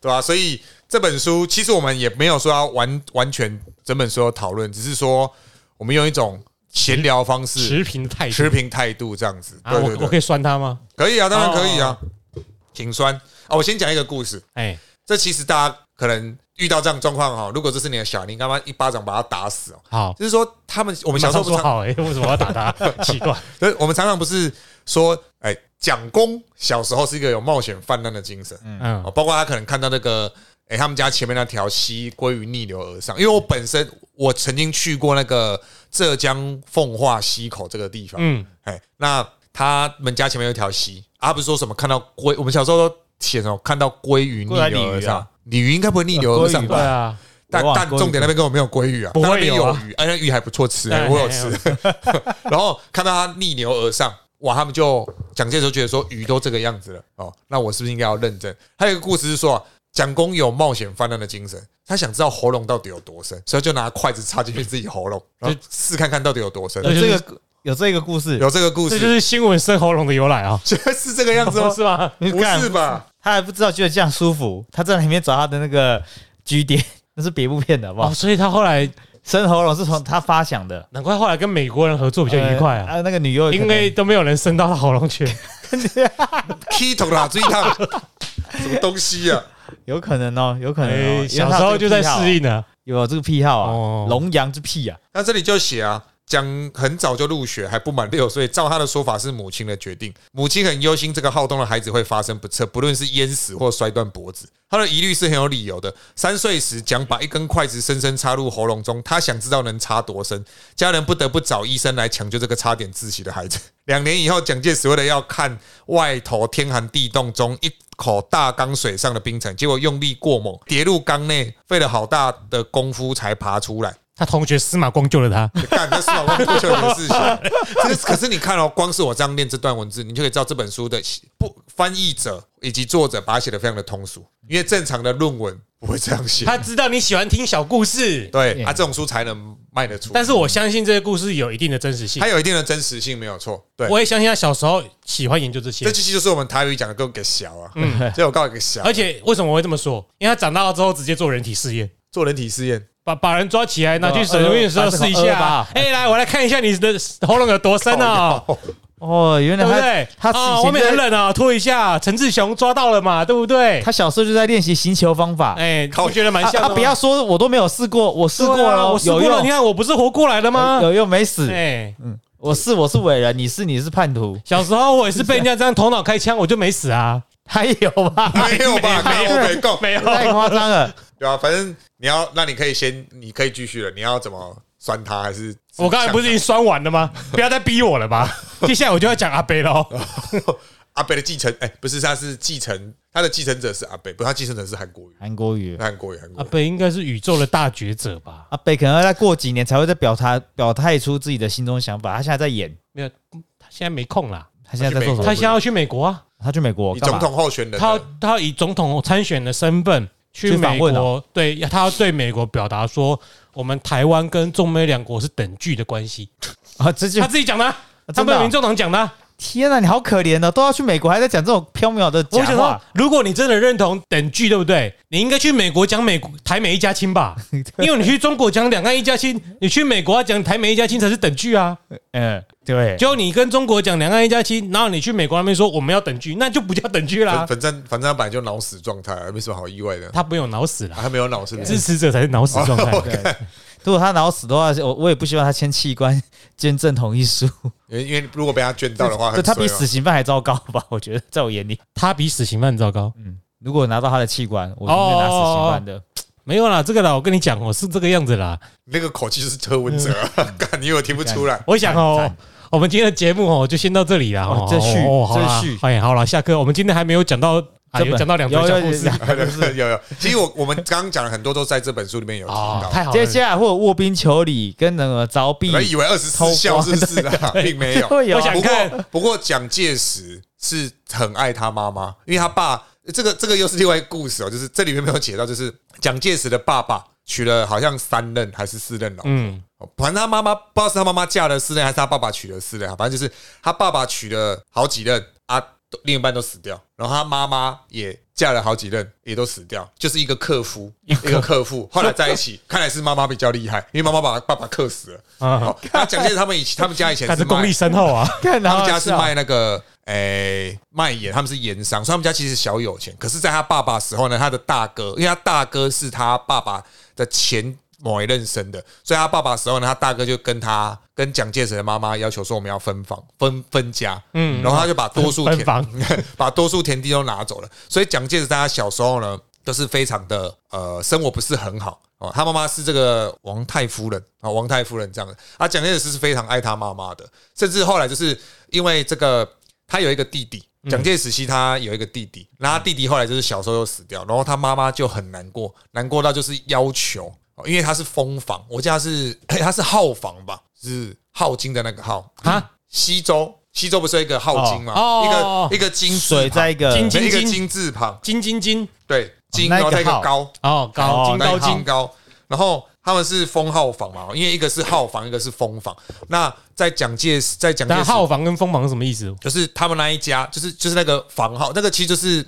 Speaker 2: 对吧？所以这本书其实我们也没有说要完完全整本书有讨论，只是说我们用一种闲聊方式、
Speaker 3: 持平态度
Speaker 2: 持平态度这样子，
Speaker 3: 啊，
Speaker 2: 对对
Speaker 3: 我我可
Speaker 2: 对，
Speaker 3: 以酸他吗？
Speaker 2: 可以啊，当
Speaker 3: 哦
Speaker 2: 然可以啊，挺酸啊。我先讲一个故事，
Speaker 3: 哎，
Speaker 2: 这其实大家可能遇到这样的状况哈，如果这是你的小孩，你干嘛一巴掌把他打死哦？
Speaker 3: 好，
Speaker 2: 就是说，他们我
Speaker 3: 我
Speaker 2: 们小时候不
Speaker 3: 说
Speaker 2: 常，
Speaker 3: 好哎，为什么要打 他？奇怪，
Speaker 2: 就是我们常常不是说，哎，蒋公小时候是一个有冒险泛滥的精神
Speaker 3: 嗯
Speaker 2: 哦，包括他可能看到那个，哎，他们家前面那条溪归于逆流而上，因为我本身我曾经去过那个浙江奉化溪口这个地方，
Speaker 3: 嗯，
Speaker 2: 哎，那他们家前面有一条溪，啊，他不是说什么看到龟，我们小时候都写什么看到龟于逆
Speaker 1: 过来鲤鱼
Speaker 2: 流而
Speaker 1: 啊
Speaker 2: 上，鲤鱼应该不会逆流而上
Speaker 1: 呃
Speaker 2: 吧
Speaker 3: 对？啊，
Speaker 2: 但
Speaker 1: 我忘了
Speaker 2: 但重点那边根本没有鲑鱼啊，
Speaker 3: 不会
Speaker 2: 但那边有
Speaker 3: 有啊
Speaker 2: 鱼，哎，那鱼还不错吃，哎
Speaker 3: 哎
Speaker 2: 我有吃。然后看到它逆流而上，哇，他们就蒋介石就觉得说鱼都这个样子了，哦，那我是不是应该要认真？还有一个故事是说啊，蒋公有冒险泛滥的精神，他想知道喉咙到底有多深，所以就拿筷子插进去自己喉咙，然后试看看到底有多深
Speaker 1: 有。
Speaker 3: 对就是
Speaker 1: 这个有这个故事，
Speaker 2: 有这个故
Speaker 3: 这就
Speaker 2: 事，
Speaker 3: 是新闻生喉咙的由来啊，
Speaker 2: 是这个样子 哦吗？
Speaker 3: 是吗？
Speaker 1: 你
Speaker 2: 不
Speaker 1: 看
Speaker 2: 是 吧？
Speaker 1: 他还不知道觉得这样舒服，他在里面找他的那个据点， 那是别部片的好不
Speaker 3: 哦，
Speaker 1: 好？
Speaker 3: 所以他后来
Speaker 1: 生喉咙是从他发想的，
Speaker 3: 难怪后来跟美国人合作比较愉快啊，
Speaker 1: 呃，那个女优
Speaker 3: 因为都没有人伸到他喉 咙去。
Speaker 2: 劈头啦，追他，什么东西啊？
Speaker 1: 有可能哦，有可能哦，因
Speaker 3: 哎，
Speaker 1: 为
Speaker 3: 小
Speaker 1: 他
Speaker 3: 时
Speaker 1: 有
Speaker 3: 候
Speaker 1: 这
Speaker 3: 就
Speaker 1: 个
Speaker 3: 在
Speaker 1: 癖好啊
Speaker 3: 适应了。
Speaker 1: 有这个癖好啊
Speaker 3: 哦，
Speaker 1: 龙阳之癖啊，
Speaker 2: 那这里就写啊，将很早就入学，还不满六岁，照他的说法是母亲的决定。母亲很忧心这个好动的孩子会发生不测，不论是淹死或摔断脖子，他的疑虑是很有理由的。三岁时，蒋把一根筷子深深插入喉咙中，他想知道能插多深，家人不得不找医生来抢救这个差点窒息的孩子。两年以后，蒋介石为了要看外头天寒地冻中一口大缸水上的冰层，结果用力过猛，跌入缸内，费了好大的功夫才爬出来。
Speaker 3: 他同学司马光救了他，
Speaker 2: 干，那是我忘过去的事情。 这个可是你看哦，光是我这样念这段文字，你就可以知道这本书的不翻译者以及作者把它写的非常的通俗，因为正常的论文不会这样写。
Speaker 3: 他知道你喜欢听小故事，
Speaker 2: 对，他、啊、这种书才能卖得出。
Speaker 3: 但是我相信这些故事有一定的真实性
Speaker 2: 它，有一定的真实性，没有错。对，
Speaker 3: 我也相信他小时候喜欢研究这些
Speaker 2: 这。其实就是我们台语讲的更给小啊，嗯，所以我告诉你个小
Speaker 3: 而，且为什么我会这么说？因为他长大了之后直接做人体试验，
Speaker 2: 做人体试验，
Speaker 3: 把把人抓起来拿去审
Speaker 1: 呃
Speaker 3: 问的时候
Speaker 1: 把这个
Speaker 3: 试一
Speaker 1: 二
Speaker 3: 下
Speaker 1: 吧
Speaker 3: 啊。哎，来，我来看一下你的喉咙有多深啊，
Speaker 2: 哦，
Speaker 1: 哦，原
Speaker 3: 对不
Speaker 1: 来
Speaker 3: 对？
Speaker 1: 他他
Speaker 3: 啊，
Speaker 1: 以
Speaker 3: 后
Speaker 1: 前
Speaker 3: 面很
Speaker 1: 在
Speaker 3: 冷啊，拖一下。陈志雄抓到了嘛，对不对？
Speaker 1: 他小时候就在练习行球方法。
Speaker 3: 哎，
Speaker 2: 靠
Speaker 3: 我觉得蛮
Speaker 1: 啊
Speaker 3: 像
Speaker 1: 啊！
Speaker 3: 的嘛。
Speaker 1: 不要说我都没有试过，我试过
Speaker 3: 对啊
Speaker 1: 了，
Speaker 3: 我试过
Speaker 1: 有
Speaker 3: 了。
Speaker 1: 用
Speaker 3: 你看，我不是活过来的吗？
Speaker 1: 有用没死。
Speaker 3: 哎，
Speaker 1: 我是我是伟人，你是你是叛徒，
Speaker 3: 小时候我也是被人家这样头脑开枪，我就没死啊。
Speaker 1: 还 有吧？
Speaker 2: 没有吧？没有，没够，
Speaker 3: 没有
Speaker 1: 太夸张了。
Speaker 2: 对啊，反正你要，那你可以先，你可以继续了。你要怎么酸他？还是
Speaker 3: 我刚才不是已经酸完了 吗？不要再逼我了 吧。接下来我就要讲阿贝喽。
Speaker 2: 阿北的继承，哎、不是，他是继承，他的继承者是阿北，不，他继承者是韩国瑜，
Speaker 1: 韩国瑜
Speaker 2: 韩国瑜，韩国
Speaker 3: 阿
Speaker 2: 瑜。
Speaker 3: 贝应该是宇宙的大觉者吧？
Speaker 1: 阿北可能要再过几年才会再表达表态出自己的心中想法。他现在在演，
Speaker 3: 没有，他现在没空啦。
Speaker 1: 他现在在做什
Speaker 3: 他
Speaker 1: 么
Speaker 2: 他？
Speaker 3: 现在要去美国啊，
Speaker 1: 他去美国
Speaker 2: 以
Speaker 1: 干
Speaker 2: 总
Speaker 1: 嘛？
Speaker 2: 统候选人啊
Speaker 3: 他要
Speaker 2: 的
Speaker 3: 他要以总统参选的身份去哦
Speaker 1: 去
Speaker 3: 美
Speaker 1: 访问
Speaker 3: 国，对，他要对美国表达说，我们台湾跟中美两国是等距的关系。
Speaker 1: 啊，这就
Speaker 3: 他自己讲的啊，他
Speaker 1: 真的
Speaker 3: 们
Speaker 1: 啊
Speaker 3: 民众党讲的啊。
Speaker 1: 天哪，你好可怜哦，都要去美国，还在讲这种缥缈的
Speaker 3: 我
Speaker 1: 假
Speaker 3: 想说
Speaker 1: 话。，
Speaker 3: 如果你真的认同等距，对不对？你应该去美国讲美国台美一家 亲吧，因为你去中国讲两岸一家亲，你去美国要讲台美一家亲才是等距啊。
Speaker 1: 嗯，对，
Speaker 3: 就你跟中国讲两岸一家亲，然后你去美国那边说我们要等距，那就不叫等距啦
Speaker 2: 反，反正反正他本来就脑死状态，没什么好意外的。啊
Speaker 3: 他不用脑死啦。
Speaker 2: 他没有脑是不
Speaker 3: 支
Speaker 2: 是？
Speaker 3: 持者才是脑死 状态。
Speaker 1: 对如果他脑死的话，我我也不希望他签器官捐赠同意书。
Speaker 2: 因为因为如果被他捐到的话，
Speaker 1: 对
Speaker 2: 很
Speaker 1: 他比
Speaker 2: 衰哦
Speaker 1: 死刑犯还糟糕吧？我觉得，在我眼里，
Speaker 3: 他比死刑犯糟糕。
Speaker 1: 嗯如果拿到他的器官，我宁愿拿死刑犯的。
Speaker 3: 没有啦，这个啦，我跟你讲哦，是这个样子啦。
Speaker 2: 那个口气就是柯文哲啊， 干你以为我听不出 来？
Speaker 3: 我想
Speaker 1: 哎赞
Speaker 3: 哦
Speaker 1: 赞，
Speaker 3: 我们今天的节目哦，就先到这里啦。
Speaker 1: 哦
Speaker 3: 哦，
Speaker 1: 这续
Speaker 3: 哦好啦
Speaker 1: 这续，
Speaker 3: 哎，好啦，下课。我们今天还没有讲到，
Speaker 1: 这
Speaker 3: 啊，
Speaker 1: 本
Speaker 3: 有讲到两则
Speaker 1: 有
Speaker 3: 小
Speaker 1: 有
Speaker 3: 故事
Speaker 1: 有
Speaker 2: 有有，其实我我们刚刚讲了很多都在这本书里面有提
Speaker 3: 啊，
Speaker 2: 到。
Speaker 3: 太好了
Speaker 1: 接。下来会有卧冰求鲤跟那个凿壁
Speaker 2: 本来以为二十四孝是不是啊？并没有。
Speaker 1: 会有
Speaker 3: 我想
Speaker 2: 不
Speaker 3: 看
Speaker 2: 过不过蒋介石是很爱他妈妈，因为他爸这个这个又是另外一个故事哦，就是这里面没有写到，就是蒋介石的爸爸娶了好像三任还是四任老婆，
Speaker 3: 嗯，
Speaker 2: 哦反正他妈妈不知道是他妈妈嫁了四任还是他爸爸娶了四任啊，反正就是他爸爸娶了好几任啊，都另一半都死掉，然后他妈妈也嫁了好几任也都死掉，就是一个克夫一个克夫，后来在一 起，看来是妈妈比较厉害，因为妈妈把爸爸克死了。
Speaker 3: 啊
Speaker 2: 好，那蒋介石他们以前他们家以前
Speaker 3: 看
Speaker 2: 是
Speaker 3: 这功
Speaker 2: 卖
Speaker 3: 力深厚啊。
Speaker 1: 看
Speaker 2: 他
Speaker 1: 他
Speaker 2: 们家是卖那个诶、卖盐，他们是盐商，所以他们家其实小有钱。可是，在他爸爸时候呢，他的大哥，因为他大哥是他爸爸的前某一任生的，所以他爸爸时候呢，他大哥就跟他跟蒋介石的妈妈要求说，我们要分房分分家，嗯，然后他就把多 数
Speaker 3: 分
Speaker 2: 田
Speaker 3: 房
Speaker 2: 把多数田地都拿走了。所以蒋介石在他小时候呢，都是非常的呃，生活不是很好哦。他妈妈是这个王太夫人啊、王太夫人这样的。啊，蒋介石是非常爱他妈妈的，甚至后来就是因为这个，他有一个弟弟。
Speaker 1: 嗯
Speaker 2: 蒋介石其实他有一个弟弟，那他弟弟后来就是小时候又死掉，然后他妈妈就很难过，难过到就是要求，哦因为他是封房，我记得他是哎他是号房吧，是耗金的那个耗
Speaker 3: 啊，
Speaker 2: 西周，西周不是有一个耗金嘛，
Speaker 3: 哦哦
Speaker 2: 一个一个金字
Speaker 1: 水
Speaker 2: 旁
Speaker 1: 在一个
Speaker 3: 金
Speaker 2: 一个金字旁，
Speaker 3: 金金金，
Speaker 2: 对，金，然
Speaker 1: 那一个
Speaker 2: 后再一个
Speaker 1: 号
Speaker 2: 高，
Speaker 3: 哦，
Speaker 1: 哦
Speaker 3: 高金
Speaker 2: 那一
Speaker 3: 高
Speaker 2: 个
Speaker 3: 金
Speaker 2: 金，高，然后他们是封号房嘛，因为一个是号房，一个是封房。那在蒋介石，在蒋介
Speaker 3: 那
Speaker 2: 石
Speaker 3: 号房跟锋芒是什么意思？
Speaker 2: 就是他们那一家，就是就是那个房号，那个其实就是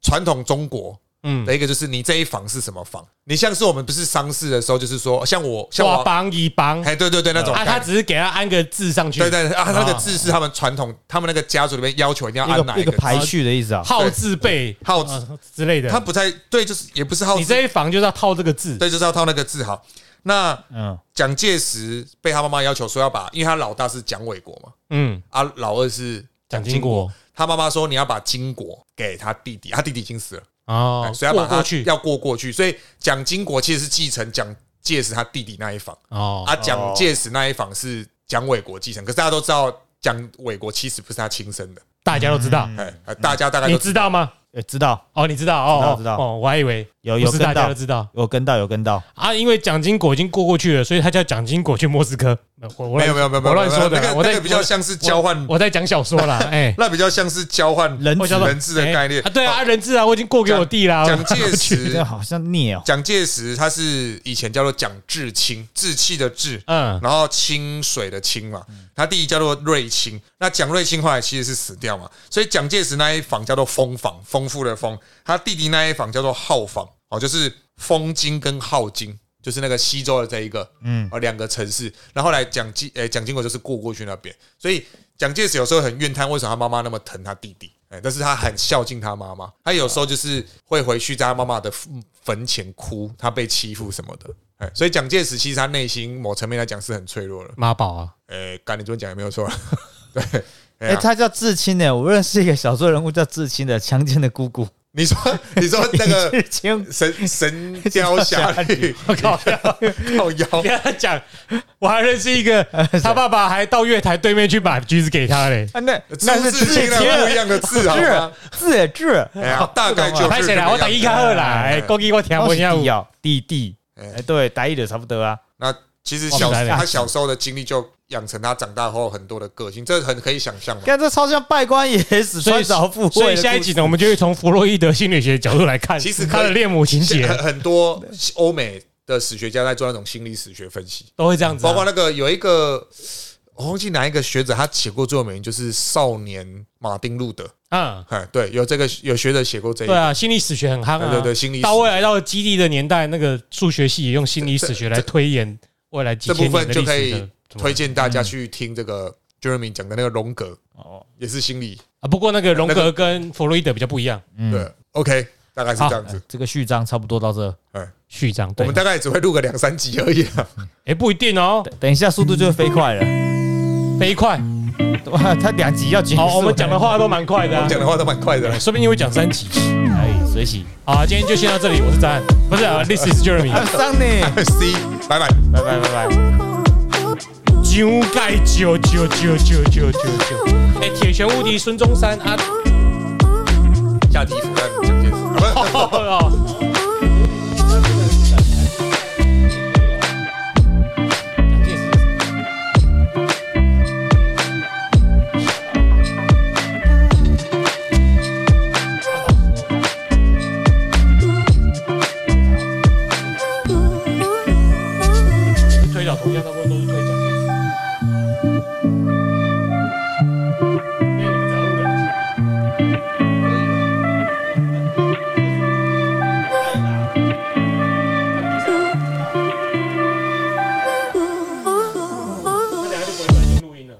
Speaker 2: 传统中国。
Speaker 3: 嗯
Speaker 2: 的一个就是你这一房是什么房？你像是我们不是丧事的时候，就是说像我像
Speaker 3: 花
Speaker 2: 我，
Speaker 3: 帮一帮，
Speaker 2: 哎，对对对，那种
Speaker 3: 啊，
Speaker 2: 感
Speaker 3: 他
Speaker 2: 觉。
Speaker 3: 只是给他安个字上去。
Speaker 2: 对对对啊，他那个
Speaker 3: 啊
Speaker 2: 字是他们传统，他们那个家族里面要求一定要
Speaker 1: 一
Speaker 2: 按哪
Speaker 1: 个一个
Speaker 2: 字
Speaker 1: 排序的意思啊。
Speaker 3: 号字辈
Speaker 2: 号字
Speaker 3: 呃之类的
Speaker 2: 他。不太对，就是也不是好
Speaker 3: 你
Speaker 2: 字，
Speaker 3: 这一房就是要套这个字。
Speaker 2: 对，就是要套那个字好。那
Speaker 1: 嗯，
Speaker 2: 蒋介石被他妈妈要求说要把，因为他老大是蒋纬国嘛，
Speaker 3: 嗯，
Speaker 2: 啊，老二是
Speaker 3: 蒋经国
Speaker 2: 他妈妈说你要把金国给他弟弟，他弟弟已经死了，
Speaker 3: 哦
Speaker 2: 哎，所以要把
Speaker 3: 过
Speaker 2: 他
Speaker 3: 过去
Speaker 2: 要过过去，所以蒋经国其实是继承蒋介石他弟弟那一房，
Speaker 3: 哦，
Speaker 2: 啊，蒋介石那一房是蒋纬国继承，可是大家都知道蒋纬国其实不是他亲生的，
Speaker 3: 大家都知道，
Speaker 2: 哎，呃大家大概
Speaker 3: 嗯你
Speaker 2: 都
Speaker 3: 知道吗？
Speaker 1: 也哎知道
Speaker 3: 哦，你知道哦，
Speaker 1: 知道知道
Speaker 3: 哦，我还以为
Speaker 1: 有有
Speaker 3: 不是大
Speaker 1: 跟
Speaker 3: 家
Speaker 1: 到
Speaker 3: 都知道
Speaker 1: 有跟到有跟到，
Speaker 3: 啊，因为蒋经国已经过过去了，所以他叫蒋经国去莫斯科。呃我我
Speaker 2: 没
Speaker 3: 乱
Speaker 2: 有没有没有没有
Speaker 3: 我乱说的
Speaker 2: 那
Speaker 3: 啦，
Speaker 2: 个
Speaker 3: 我
Speaker 2: 那
Speaker 3: 在
Speaker 2: 个比较像是交换
Speaker 3: 我，我在讲小说啦，哎，
Speaker 2: 那比较像是交换
Speaker 1: 人质
Speaker 2: 质人质的概念哦
Speaker 3: 哎啊，对啊，人质啊，我已经过给我弟啦。
Speaker 2: 蒋介
Speaker 1: 这个
Speaker 2: 石，
Speaker 1: 好像孽哦。
Speaker 2: 蒋介石他是以前叫做蒋志清，志气的志，
Speaker 3: 嗯，
Speaker 2: 然后清水的清嘛，他弟弟叫做瑞清。那蒋瑞清后来其实是死掉嘛，所以蒋介石那一房叫做丰房，丰富的丰；他弟弟那一房叫做浩房，哦，就是丰京跟浩京，就是那个西周的这一个，嗯，呃，两个城市。然后后来蒋经，诶，蒋经国就是过过去那边，所以蒋介石有时候很怨叹，为什么他妈妈那么疼他弟弟。哎，但是他很孝敬他妈妈，他有时候就是会回去在他妈妈的坟前哭，他被欺负什么的。哎，所以蒋介石其实他内心某层面来讲是很脆弱的。
Speaker 3: 妈宝啊，
Speaker 2: 哎，刚你昨天讲也没有错， 对。哎
Speaker 1: 哎，
Speaker 2: 呀，
Speaker 1: 他叫至亲呢，我认识一个小说人物叫至亲的，强奸的姑姑，
Speaker 2: 你说你说那个
Speaker 1: 至亲，
Speaker 2: 神神雕侠侣
Speaker 3: 我靠！
Speaker 2: 靠腰，
Speaker 3: 你跟他讲，我还认识一 个，他爸爸还到月台对面去把橘子给他嘞。
Speaker 1: 啊，那
Speaker 2: 字
Speaker 1: 那是
Speaker 2: 字
Speaker 1: 至
Speaker 2: 竟
Speaker 1: 亲
Speaker 2: 然啊不一样的字好吗
Speaker 1: 至？至至，
Speaker 2: 哎呀，大概就是
Speaker 3: 拍
Speaker 2: 这
Speaker 3: 谁啦？
Speaker 2: 个
Speaker 3: 我打一
Speaker 2: 样子
Speaker 3: 卡二啦，哎，估计我听不
Speaker 1: 我
Speaker 3: 一样
Speaker 1: 弟。
Speaker 2: 啊
Speaker 1: 哦，弟弟，
Speaker 2: 哎
Speaker 1: 哎，对，打一的差不多啊。
Speaker 2: 那其实小
Speaker 3: 我们来
Speaker 2: 他小时候的经历就养成他长大后很多的个性，这很可以想象啊嘛。
Speaker 1: 看这超像拜官爷死
Speaker 3: 所以
Speaker 1: 穿凿附会的故事。
Speaker 3: 所以下一集呢，我们就会从弗洛伊德心理学的角度来看，
Speaker 2: 其实可以
Speaker 3: 他的恋母情节
Speaker 2: 很很多欧美的史学家在做那种心理史学分析，
Speaker 3: 都会这样子啊。
Speaker 2: 包括那个有一个我忘记哪一个学者，他写过最有名就是少年马丁路德，
Speaker 3: 嗯，
Speaker 2: 哎，对，有这个有学者写过这一
Speaker 3: 对啊，心理史学很夯啊。
Speaker 2: 对对对心理史
Speaker 3: 到未来到了基地的年代，那个数学系也用心理史学来推演未来几
Speaker 2: 这部
Speaker 3: 千年
Speaker 2: 分
Speaker 3: 的
Speaker 2: 就
Speaker 3: 历
Speaker 2: 可
Speaker 3: 史
Speaker 2: 以
Speaker 3: 的怎么嗯
Speaker 2: 推荐大家去听这个 Jeremy 讲的那个荣格，
Speaker 1: 哦，
Speaker 2: 也是心理
Speaker 3: 啊。不过那个荣
Speaker 2: 那
Speaker 3: 格跟弗洛伊德比较不一样，
Speaker 1: 嗯
Speaker 2: 对，OK，大概是这样子。
Speaker 1: 这个序章差不多到这，
Speaker 3: 序章
Speaker 2: 我
Speaker 3: 对
Speaker 2: 们。大概只会录个两三集而已啊。
Speaker 3: 哎，不一定哦，
Speaker 1: 等一下速度就会飞快了。
Speaker 3: 嗯飞快。
Speaker 1: 哇，他两集要结束了。
Speaker 3: 好，我们讲的话都蛮快的啊，
Speaker 2: 讲的话都蛮快 的啦。
Speaker 3: 说不定会讲三集。
Speaker 1: 哎，随喜。
Speaker 3: 好啊，今天就先到这里，我是张翰，不 是啊，This is Jeremy。
Speaker 2: 哎
Speaker 1: I'm Sunny，
Speaker 2: C，拜拜。
Speaker 1: 拜拜拜拜。
Speaker 3: 上盖九九九九九九九。哎，铁拳无敌孙中山啊！
Speaker 2: 下集腐烂蒋介石，啊不是
Speaker 3: 哦蒋介石推倒同样差不多都是推奖。